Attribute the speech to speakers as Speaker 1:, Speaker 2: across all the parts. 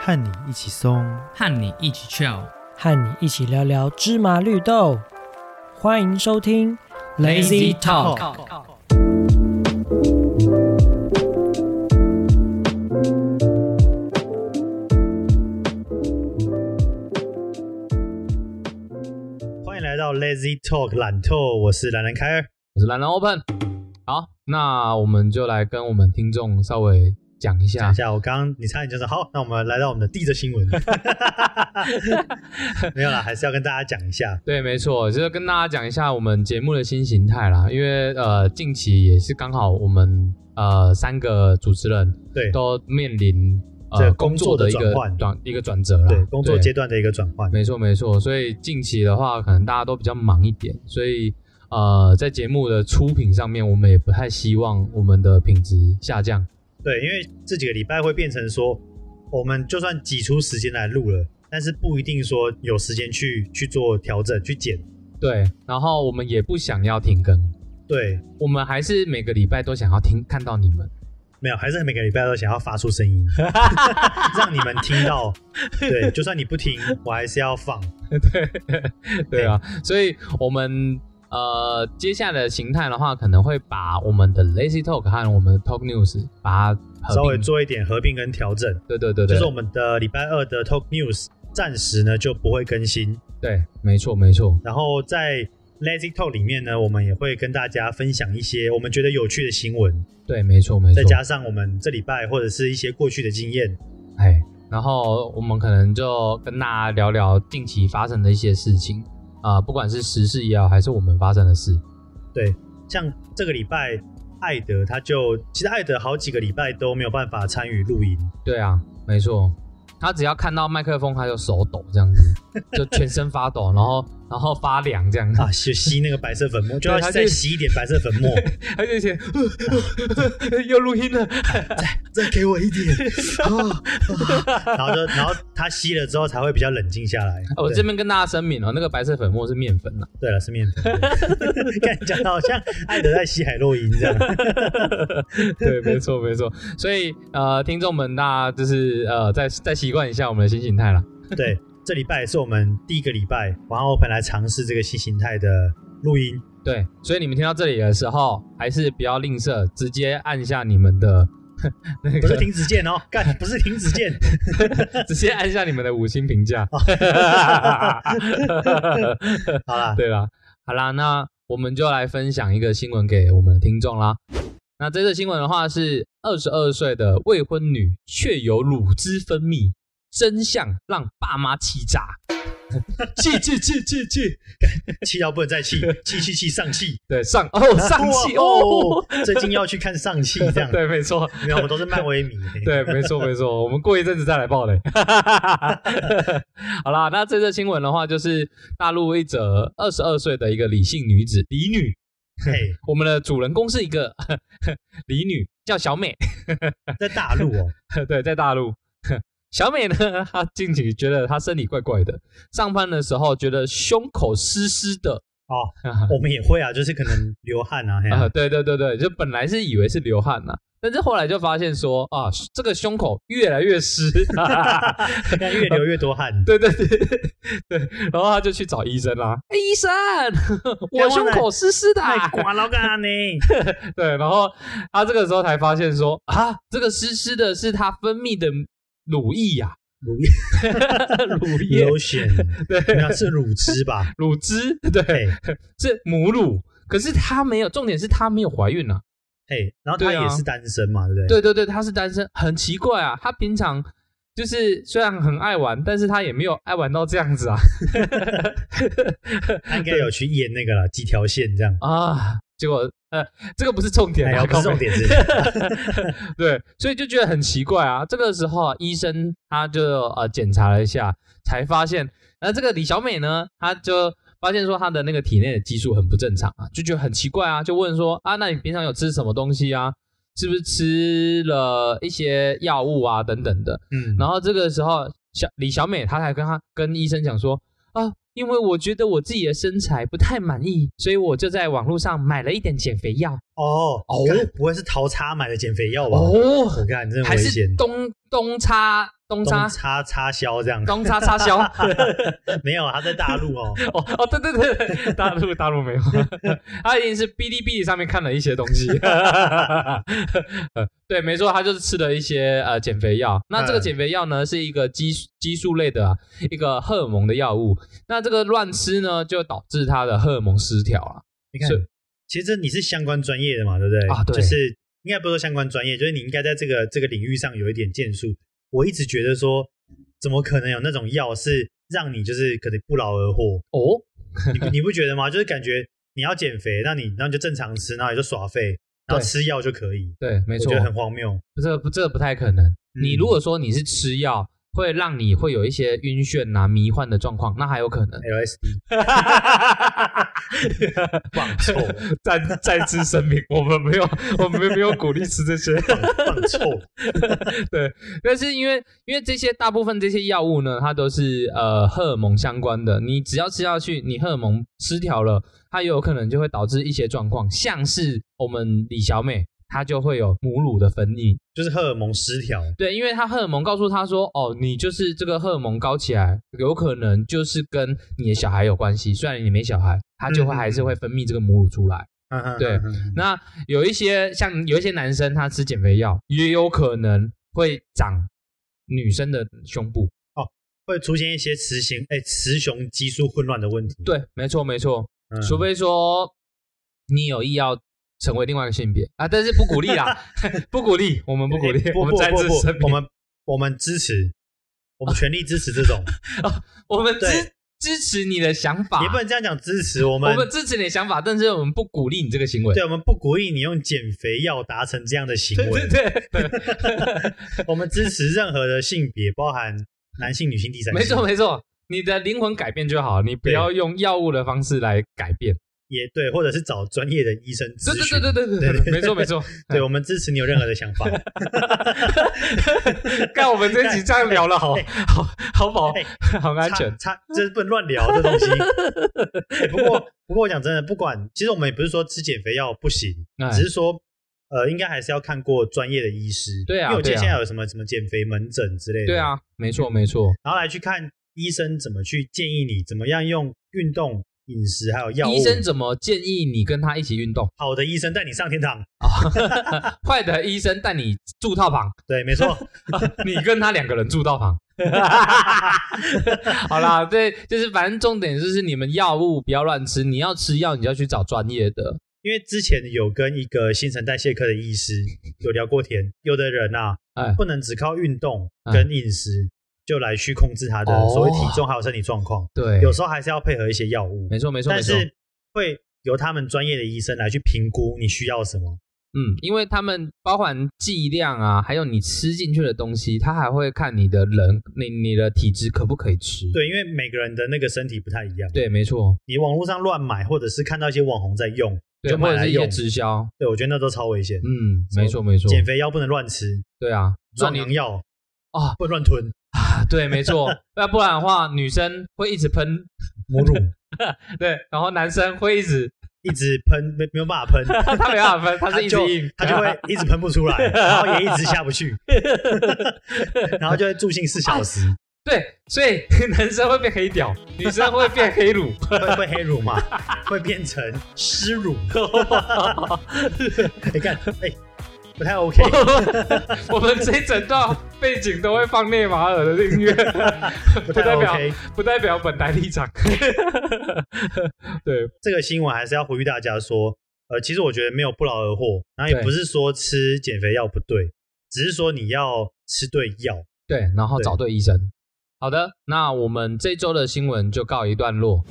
Speaker 1: 和你一起松，
Speaker 2: 和你一起 chill。
Speaker 3: 和你一起聊聊芝麻绿豆。欢迎收听
Speaker 2: Lazy
Speaker 3: Talk。
Speaker 1: 欢迎来到 Lazy Talk 懒透，我是懒人凯尔。
Speaker 4: 我是懒人 Open。好，那我们就来跟我们听众稍微讲一
Speaker 1: 讲
Speaker 4: 下
Speaker 1: 一，下，我刚刚你差点就是好，那我们来到我们的第一则新 闻。没有啦，还是要跟大家讲一下。
Speaker 4: 对，没错，就是跟大家讲一下我们节目的新形态啦。因为呃，近期也是刚好我们呃三个主持人
Speaker 1: 对
Speaker 4: 都面临
Speaker 1: 这
Speaker 4: 呃
Speaker 1: 工
Speaker 4: 工
Speaker 1: 作
Speaker 4: 作
Speaker 1: 的
Speaker 4: 的一个
Speaker 1: 转换
Speaker 4: 转一个转折啦，
Speaker 1: 对，工作
Speaker 4: 对
Speaker 1: 阶段的一个转换。
Speaker 4: 没错没错，所以近期的话，可能大家都比较忙一点，所以呃，在节目的出品上面，我们也不太希望我们的品质下降。
Speaker 1: 对，因为这几个礼拜会变成说，我们就算挤出时间来录了，但是不一定说有时间去去做调整、去剪。
Speaker 4: 对，然后我们也不想要停更，
Speaker 1: 对，
Speaker 4: 我们还是每个礼拜都想要听看到你 们。
Speaker 1: 没有，还是每个礼拜都想要发出声 音，让你们听到。对，就算你不听，我还是要放。
Speaker 4: 对，对啊，所以我们呃接下来的形态的话，可能会把我们的 Lazy Talk 和我们的 Talk News 把它合并
Speaker 1: 稍微做一点合并跟调整，
Speaker 4: 对对对
Speaker 1: 就
Speaker 4: 对，
Speaker 1: 是我们的礼拜二的 Talk News 暂时呢就不会更新，
Speaker 4: 对，没错没错，
Speaker 1: 然后在 Lazy Talk 里面呢，我们也会跟大家分享一些我们觉得有趣的新闻，
Speaker 4: 对没错没错
Speaker 1: 再。加上我们这礼拜或者是一些过去的经验，
Speaker 4: 哎，然后我们可能就跟大家聊聊近期发生的一些事情啊、不管是时事也好，还是我们发生的事。
Speaker 1: 像这个礼拜艾德他就其实艾德好几个礼拜都没有办法参与录音，
Speaker 4: 对啊，没错，他只要看到麦克风，他就手抖这样子，就全身发抖，然后然后发凉这样子。
Speaker 1: 啊，吸吸那个白色粉末，就要
Speaker 4: 他就
Speaker 1: 再吸一点白色粉末，
Speaker 4: 他就写又录音了，
Speaker 1: 再给我一 点，哦哦然后就然后他吸了之后才会比较冷静下来。
Speaker 4: 我
Speaker 1: 对
Speaker 4: 这边跟大家声明哦，那个白色粉末是面粉呐、
Speaker 1: 对了，是面 粉。对感觉讲的好像艾德在吸海洛因这样。
Speaker 4: 对，没错没错。所以呃，听众们，大家就是呃，再再习惯一下我们的新形态啦。
Speaker 1: 对，这礼拜是我们第一个礼拜，然后我本来尝试这个新形态的录音。
Speaker 4: 对，所以你们听到这里的时候，还是不要吝啬，直接按下你们的那
Speaker 1: 不是
Speaker 4: 个，
Speaker 1: 停止键 哦，干不是停止键，
Speaker 4: 直接按下你们的五星评价。
Speaker 1: 好啦，
Speaker 4: 对啦，好啦，那我们就来分享一个新闻给我们的听众啦。那这则新闻的话是二十二岁的未婚女确有乳汁分泌，真相让爸妈气炸。气气气气气！
Speaker 1: 气到不能再 气，气气气上气，
Speaker 4: 对上哦上气哦，
Speaker 1: 哇，最近要去看上气这样。
Speaker 4: 对，没错，
Speaker 1: 没有，我们都是漫威迷。
Speaker 4: 对，没错没错，我们过一阵子再来报嘞。 好啦，那这则新闻的话，就是大陆一则二十二岁的一个李姓女子李女，
Speaker 1: 嘿，
Speaker 4: 我们的主人公是一个 李女，叫小美，
Speaker 1: 在大陆哦，
Speaker 4: 对，在大陆。 小美呢， 她近期觉得她身体怪怪的，上班的时候觉得胸口湿湿的。
Speaker 1: 哦，我们也会啊，就是可能流汗啊，嘿
Speaker 4: 啊、
Speaker 1: 啊，
Speaker 4: 对对对对，就本来是以为是流汗呐、但是后来就发现说啊，这个胸口越来越湿，
Speaker 1: 越流越多汗。
Speaker 4: 对对对对，然后他就去找医生啦。哎，医生， 我胸口湿湿的啊、
Speaker 1: 太刮老干 呢，
Speaker 4: 对，然后他这个时候才发现说啊，这个湿湿的是他分泌的乳液呀、
Speaker 1: 乳
Speaker 4: 液，乳液，
Speaker 1: 流血，
Speaker 4: 对，啊
Speaker 1: 那是乳汁 吧？
Speaker 4: 乳汁，对，
Speaker 1: 嘿，
Speaker 4: 是母乳。可是她没有，重点是她没有怀孕啊。
Speaker 1: 嘿，然后他
Speaker 4: 对啊
Speaker 1: 也是单身嘛，对不对？
Speaker 4: 对对对，她是单身，很奇怪啊。她平常就是虽然很爱玩，但是她也没有爱玩到这样子啊。
Speaker 1: 他应该有去验那个啦，几条线这样。
Speaker 4: 啊，结果呃，这个不是重点
Speaker 1: 哎
Speaker 4: 啊，
Speaker 1: 呀，不是
Speaker 4: 靠
Speaker 1: 重
Speaker 4: 北
Speaker 1: 点是，
Speaker 4: 对，所以就觉得很奇怪啊。这个时候啊，医生他就呃检查了一下，才发现，那这个李小美呢，她就发现说她的那个体内的激素很不正常啊，就觉得很奇怪啊，就问说啊，那你平常有吃什么东西啊？是不是吃了一些药物啊等等的？
Speaker 1: 嗯，
Speaker 4: 然后这个时候，小李小美她才跟她跟医生讲说啊，因为我觉得我自己的身材不太满意，所以我就在网络上买了一点减肥药。
Speaker 1: 哦
Speaker 4: 哦
Speaker 1: 干不会是淘叉买的减肥药吧？
Speaker 4: 哦，
Speaker 1: 我看真的
Speaker 4: 还
Speaker 1: 危
Speaker 4: 是
Speaker 1: 险，
Speaker 4: 东东叉东叉
Speaker 1: 东叉叉销这样，
Speaker 4: 东叉叉销。
Speaker 1: 没有，他在大陆 哦，
Speaker 4: 哦哦，对对对对，大陆大陆没有， 他一定是哔哩哔哩上面看了一些东西。 呃对，没错，他就是吃了一些呃减肥药。那这个
Speaker 1: 嗯
Speaker 4: 减肥药呢，是一个激素激素类的啊、一个荷尔蒙的药物。那这个乱吃呢，就导致他的荷尔蒙失调了。
Speaker 1: 你看
Speaker 4: 是，
Speaker 1: 其实你是相关专业的嘛，对不对？
Speaker 4: 啊对
Speaker 1: 就是应该不是说相关专业，就是你应该在这个这个领域上有一点建树。我一直觉得说，怎么可能有那种药是让你就是可能不劳而获？
Speaker 4: 哦，
Speaker 1: 你不 你不觉得吗？就是感觉你要减肥，那你那你就正常吃，然后你就耍废，然后
Speaker 4: 对
Speaker 1: 吃药就可以，
Speaker 4: 对，没
Speaker 1: 我
Speaker 4: 错
Speaker 1: 觉，得很荒谬。
Speaker 4: 这个不这个不太可能。你
Speaker 1: 嗯
Speaker 4: 如果说你是吃药，会让你会有一些晕眩呐、迷幻的状况，那还有可 能。
Speaker 1: LSD
Speaker 4: 棒臭，再 再次声明，我们没有，我们没有鼓励吃这些。
Speaker 1: 放臭，
Speaker 4: 对， 但是因为因为这些大部分这些药物呢，它都是呃荷尔蒙相关的，你只要吃下去，你荷尔蒙失调了，它有可能就会导致一些状况，像是我们李小美。她就会有母乳的分泌，
Speaker 1: 就是荷尔蒙失调。
Speaker 4: 对，因为她荷尔蒙告诉她说，哦，你就是这个荷尔蒙高起来，有可能就是跟你的小孩有关系，虽然你没小孩，它就会
Speaker 1: 嗯
Speaker 4: 还是会分泌这个母乳出来。
Speaker 1: 嗯哼
Speaker 4: 对，那有一些像有一些男生他吃减肥药，也有可能会长女生的胸部。
Speaker 1: 会出现一些雌性哎雌雄激素混乱的问题。
Speaker 4: 对，没错没错，
Speaker 1: 嗯，
Speaker 4: 除非说你有意要成为另外一个性别啊，但是不鼓励 啦，不鼓励，我们不鼓励
Speaker 1: 哎，不
Speaker 4: 我们
Speaker 1: 不
Speaker 4: 再
Speaker 1: 不
Speaker 4: 次声
Speaker 1: 不，我
Speaker 4: 明，
Speaker 1: 们我们支持，我们全力支持这 种，
Speaker 4: 我们
Speaker 1: 对
Speaker 4: 支支持你的想法
Speaker 1: 也，不能这样讲支持我
Speaker 4: 我
Speaker 1: 们。
Speaker 4: 们支持你的想法，但是我们不鼓励你这个行为。
Speaker 1: 对，我们不鼓励你用减肥药达成这样的行为。
Speaker 4: 对对对，
Speaker 1: 我们支持任何的性别，包含男性、女性、第三性。
Speaker 4: 没错没错，你的灵魂改变就好，你不
Speaker 1: 对
Speaker 4: 要用药物的方式来改变。
Speaker 1: 也对，或者是找专业的医生咨询。
Speaker 4: 对对对对对对，没错没错。
Speaker 1: 对，我们支持你有任何的想法。
Speaker 4: 看我们这集这样聊了，好
Speaker 1: 哎
Speaker 4: 好好保
Speaker 1: 哎
Speaker 4: 好安
Speaker 1: 差
Speaker 4: 全。
Speaker 1: 差，这不能乱聊这 东西。哎不过不过，我讲真的，不管，其实我们也不是说吃减肥药不行，
Speaker 4: 哎
Speaker 1: 只是说呃，应该还是要看过专业的医师。
Speaker 4: 对啊
Speaker 1: 因为我记得
Speaker 4: 对啊
Speaker 1: 现在有什么什么减肥门诊之类的。
Speaker 4: 对，啊，没错没错。
Speaker 1: 然后来去看医生怎么去建议你，怎么样用运动、饮食还有药物。
Speaker 4: 医生怎么建议你跟他一起运动？
Speaker 1: 好的医生带你上天堂。
Speaker 4: 坏的医生带你住套房，
Speaker 1: 对，没错。
Speaker 4: 你跟他两个人住套房。 好啦，对，就是反正重点就是你们药物不要乱吃，你要吃药你就要去找专业的。
Speaker 1: 因为之前有跟一个新陈代谢科的医师有聊过天，有的人啊，
Speaker 4: 哎
Speaker 1: 不能只靠运动
Speaker 4: 哎
Speaker 1: 跟饮食就来去控制他的
Speaker 4: 哦
Speaker 1: 所谓体重还有身体状况，
Speaker 4: 对，
Speaker 1: 有时候还是要配合一些药物，
Speaker 4: 没错没错没
Speaker 1: 但
Speaker 4: 错。
Speaker 1: 是会由他们专业的医生来去评估你需要什么。
Speaker 4: 嗯，因为他们包含剂量啊，还有你吃进去的东西，他还会看你的人，你你的体质可不可以吃。
Speaker 1: 对，因为每个人的那个身体不太一样，
Speaker 4: 对，没错，
Speaker 1: 你网络上乱买或者是看到一些网红在用，
Speaker 4: 对，
Speaker 1: 就
Speaker 4: 或
Speaker 1: 买
Speaker 4: 者
Speaker 1: 来
Speaker 4: 是一些
Speaker 1: 用。
Speaker 4: 直销。
Speaker 1: 对，我觉得那都超危险。
Speaker 4: 嗯，没错没错，
Speaker 1: 减肥药不能乱吃，
Speaker 4: 对啊，那
Speaker 1: 壮
Speaker 4: 你
Speaker 1: 阳药
Speaker 4: 啊
Speaker 1: 不能乱吞，
Speaker 4: 啊， 对，没 错，那不然的话，女生会一直喷，
Speaker 1: 母乳
Speaker 4: 对，然后男生会一 直，
Speaker 1: 一直喷没没有办法喷。
Speaker 4: 他他没办法喷， 他是一直
Speaker 1: 就
Speaker 4: 硬，
Speaker 1: 他就会一直喷不出来，然后也一直下不去， 然后就会助兴四小时，
Speaker 4: 对，所以 男生会变黑屌，女生会变黑乳。
Speaker 1: 会会黑乳嘛， 会变成湿乳。 你看，哎，不太 OK，
Speaker 4: 我们这一整段背景都会放内马尔的 音乐，
Speaker 1: 不
Speaker 4: 不
Speaker 1: 太
Speaker 4: 代表
Speaker 1: OK。
Speaker 4: 不代表本台立场。 对，
Speaker 1: 这个新闻还是要呼吁大家说，呃，其实我觉得没有不劳而获，然后也
Speaker 4: 对
Speaker 1: 不是说吃减肥药不对，只是说你要吃对药。
Speaker 4: 对，然后
Speaker 1: 对
Speaker 4: 找对医生。好的，那我们这周的新闻就告一段落。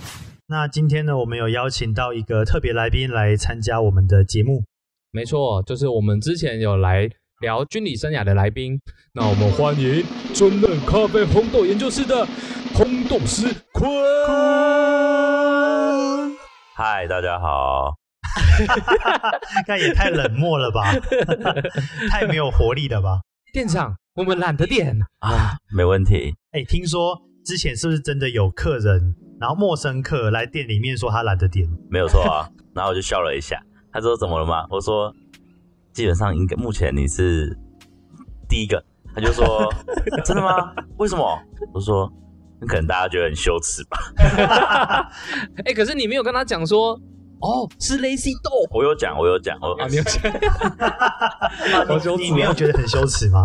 Speaker 1: 那今天呢，我们有邀请到一个特别来宾来参加我们的节目，
Speaker 4: 没错，就是我们之前有来聊军旅生涯的来宾，那我们欢迎尊任咖啡烘豆研究室的烘豆师坤。
Speaker 5: 嗨，大家好。
Speaker 1: 那也太冷漠了吧， 太没有活力了吧。
Speaker 4: 店长，我们懒得点。
Speaker 5: 啊，没问题。
Speaker 1: 哎，听说之前是不是真的有客人，然后陌生客来店里面说他懒得点？
Speaker 5: 没有错啊。 然后我就笑了一下，他说怎么了吗？我说基本上应该目前你是第一个。他就 说真的吗？为什么？我说可能大家觉得很羞耻吧。
Speaker 4: 哎、可是你没有跟他讲说，哦，是 Lazy 豆
Speaker 5: 我有讲，我有讲，我、
Speaker 4: 啊，你有讲，好羞耻啊
Speaker 1: 你没有觉得很羞耻吗？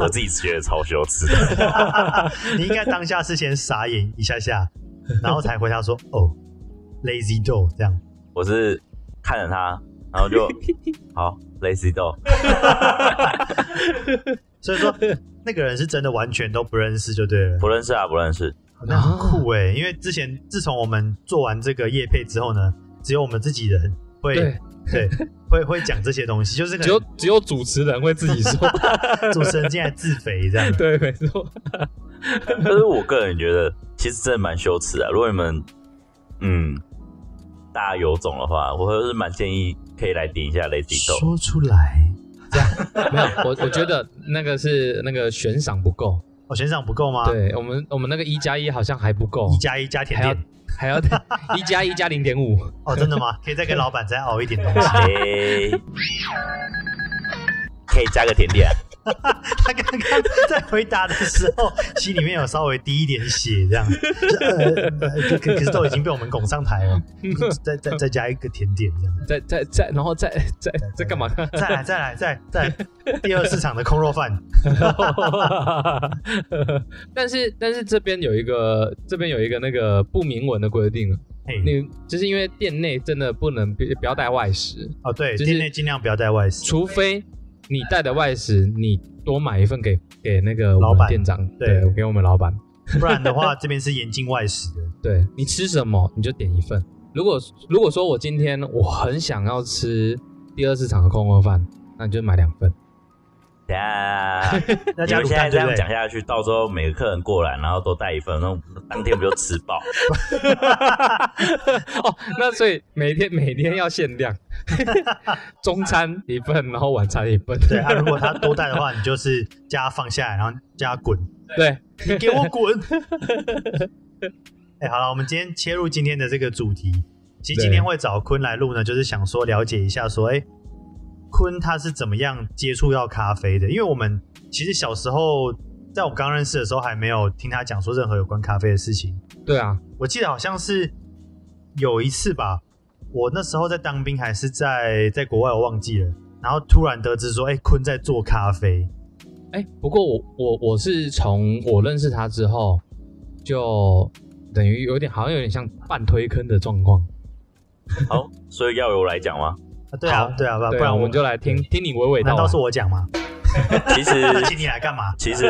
Speaker 5: 我自己觉得超羞 耻的。
Speaker 1: 你应该当下是先傻眼一下下，然后才回答说哦，lazy dog 这样。
Speaker 5: 我是看着他，然后就好 lazy dog。
Speaker 1: 所 以说那个人是真的完全都不认识就对了。
Speaker 5: 不认识啊，不认识。
Speaker 1: 那
Speaker 4: 啊
Speaker 1: 很酷哎、因为之前自从我们做完这个业配之后呢，只有我们自己人会
Speaker 4: 对，
Speaker 1: 对会 会讲这些东西，就是可
Speaker 4: 只有
Speaker 1: 能
Speaker 4: 只有主持人会自己 说，
Speaker 1: 主持人竟然自肥 这样。
Speaker 4: 对，没错，
Speaker 5: 但是我个人觉得，其实真的蛮羞耻的。如果你们，嗯，大家有种的话，我是蛮建议可以来点一下雷迪豆。
Speaker 1: 说出来，
Speaker 4: 没有，我我觉得那个是那个悬赏不够，
Speaker 1: 我、哦、悬赏不够吗？，
Speaker 4: 对我们我们那个一加啊一好像还不够
Speaker 1: 一，加一加甜
Speaker 4: 还要
Speaker 1: 点
Speaker 4: 还要一加一加零点五，
Speaker 1: 哦，真的吗？可以再跟老板再熬一点东 西。
Speaker 5: 哎、可以加个甜点啊、
Speaker 1: 他刚刚在回答的时候，心里面有稍微滴一点血，这样。就呃，呃可可可是都已经被我们拱上台了，再再再加一个甜点，这样。
Speaker 4: 再再再，然后再再再干嘛？
Speaker 1: 再来再来再来再来，第二市场的空肉饭，
Speaker 4: 但是但是这边有一个这边有一个那个不明文的规定，啊
Speaker 1: 嘿，
Speaker 4: 你就是因为店内真的不能不不要带外食，
Speaker 1: 哦对，
Speaker 4: 就是
Speaker 1: 店内尽量不要带外食。
Speaker 4: 除非你带的外食，你多买一份给给那个
Speaker 1: 老
Speaker 4: 我
Speaker 1: 板
Speaker 4: 们店长，
Speaker 1: 对
Speaker 4: 对，给我们老板。
Speaker 1: 不然的话，这边是严禁外食的。
Speaker 4: 对你吃什么你就点一份。如果如果说我今天我很想要吃第二市场的空锅饭，那你就买两份。
Speaker 5: 等一下，
Speaker 1: 那
Speaker 5: 你
Speaker 1: 加
Speaker 5: 们
Speaker 1: 卤
Speaker 5: 现在
Speaker 1: 蛋
Speaker 5: 这
Speaker 1: 对不
Speaker 5: 样
Speaker 1: 对
Speaker 5: 讲？下去，到时候每个客人过来，然后都带一份，那当天不就吃 饱？
Speaker 4: 哦，那所以每天每天要限 量，中餐一份，然后晚餐一份。
Speaker 1: 对啊，如果他多带的话，你就是叫他放下来，然后叫他滚，
Speaker 4: 对，
Speaker 1: 你给我滚！ 哎、好了，我们今天切入今天的这个主题。其实今天会找坤来录呢，就是想说了解一下说，哎，坤他是怎么样接触到咖啡的？因为我们其实小时候，在我们刚认识的时候，还没有听他讲说任何有关咖啡的事情。
Speaker 4: 对啊，
Speaker 1: 我记得好像是有一次吧，我那时候在当兵还是在在国外，我忘记了。然后突然得知说，哎，坤在做咖啡，
Speaker 4: 哎、不过我我我是从我认识他之后，就等于有点好像有点像半推坑的状况。
Speaker 5: 好，所以要由我来讲吗？
Speaker 1: 啊对啊
Speaker 4: 好，
Speaker 1: 对啊，不
Speaker 4: 对
Speaker 1: 不然
Speaker 4: 我们就来听听你娓娓道
Speaker 1: 难
Speaker 4: 来。
Speaker 1: 道是我讲吗？
Speaker 5: 其 实
Speaker 1: 那请你来干嘛？
Speaker 5: 其实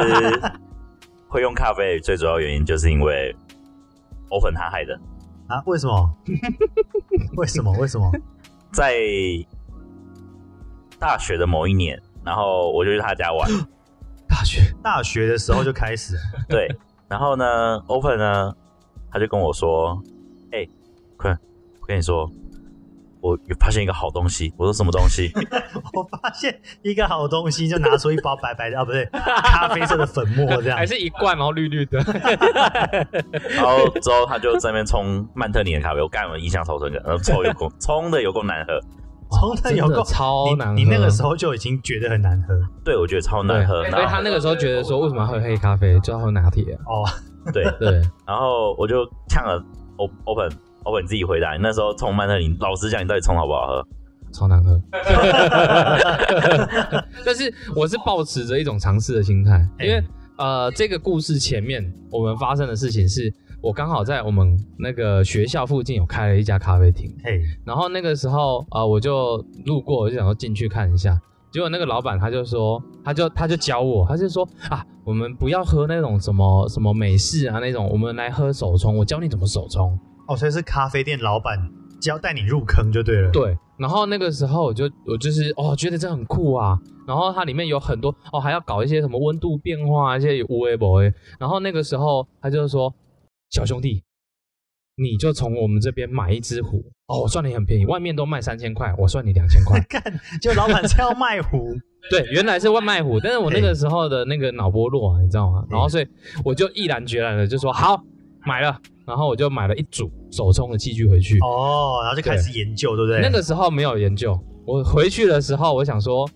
Speaker 5: 会用咖啡最主要原因就是因为欧粉他害的。
Speaker 1: 啊？为什么？ 为什么？为什么？
Speaker 5: 在大学的某一年，然后我就去他家玩，
Speaker 4: 大学？
Speaker 1: 大学的时候就开始了，
Speaker 5: 对，然后呢，Open 呢，他就跟我说：“哎、坤，我跟你说，我有发现一个好东西。”我说：“什么东西
Speaker 1: 我发现一个好东西，就拿出一包白白的啊，不对，咖啡色的粉末这样
Speaker 4: 还。是一罐，然后绿 绿的。？”
Speaker 5: 然后之后他就在那边冲曼特尼的咖啡，我干我印象超深刻，然后抽有够冲的有够难喝，
Speaker 1: 冲的有够
Speaker 4: 真的超难喝
Speaker 1: 你你那个时候就已经觉得很难喝
Speaker 5: 对我觉得超难喝。
Speaker 4: 对所以
Speaker 5: 然
Speaker 4: 他
Speaker 5: 后
Speaker 4: 那个时候觉得说，为什么要喝黑咖啡，就要喝拿铁、啊？
Speaker 1: 哦，
Speaker 5: 对，
Speaker 4: 对，
Speaker 5: 然后我就呛了 O- Open。Open 你自己回答，你那时候冲曼特尼，老实讲，你到底冲好不好喝？
Speaker 4: 超难喝。 但是我是抱持着一种尝试的心态，因为呃，这个故事前面我们发生的事情是。我刚好在我们那个学校附近有开了一家咖啡厅，
Speaker 1: 嘿，
Speaker 4: 然后那个时候啊、呃我就路过，我就想要进去看一下。结果那个老板他就说，他就他就教我，他就说啊，我们不要喝那种什么什么美式啊那种，我们来喝手冲，我教你怎么手冲。
Speaker 1: 哦，所以是咖啡店老板要带你入坑就对了。，。
Speaker 4: 对，然后那个时候我就我就是哦，觉得这很酷啊。然后它里面有很多哦，还要搞一些什么温度变化啊，一些有 b o 然后那个时候他就说：“小兄弟，你就从我们这边买一只壶哦，我算你很便宜，外面都卖三千块，我算你两千块
Speaker 1: 干，就老板是要卖壶，
Speaker 4: 对，原来是外卖壶，但是我那个时候的那个脑波弱啊，你知道吗？然后所以我就毅然决然的就说好买了，然后我就买了一组手冲的器具回去。
Speaker 1: 哦，然后就开始研究，对不对？
Speaker 4: 那个时候没有研究，我回去的时候我想说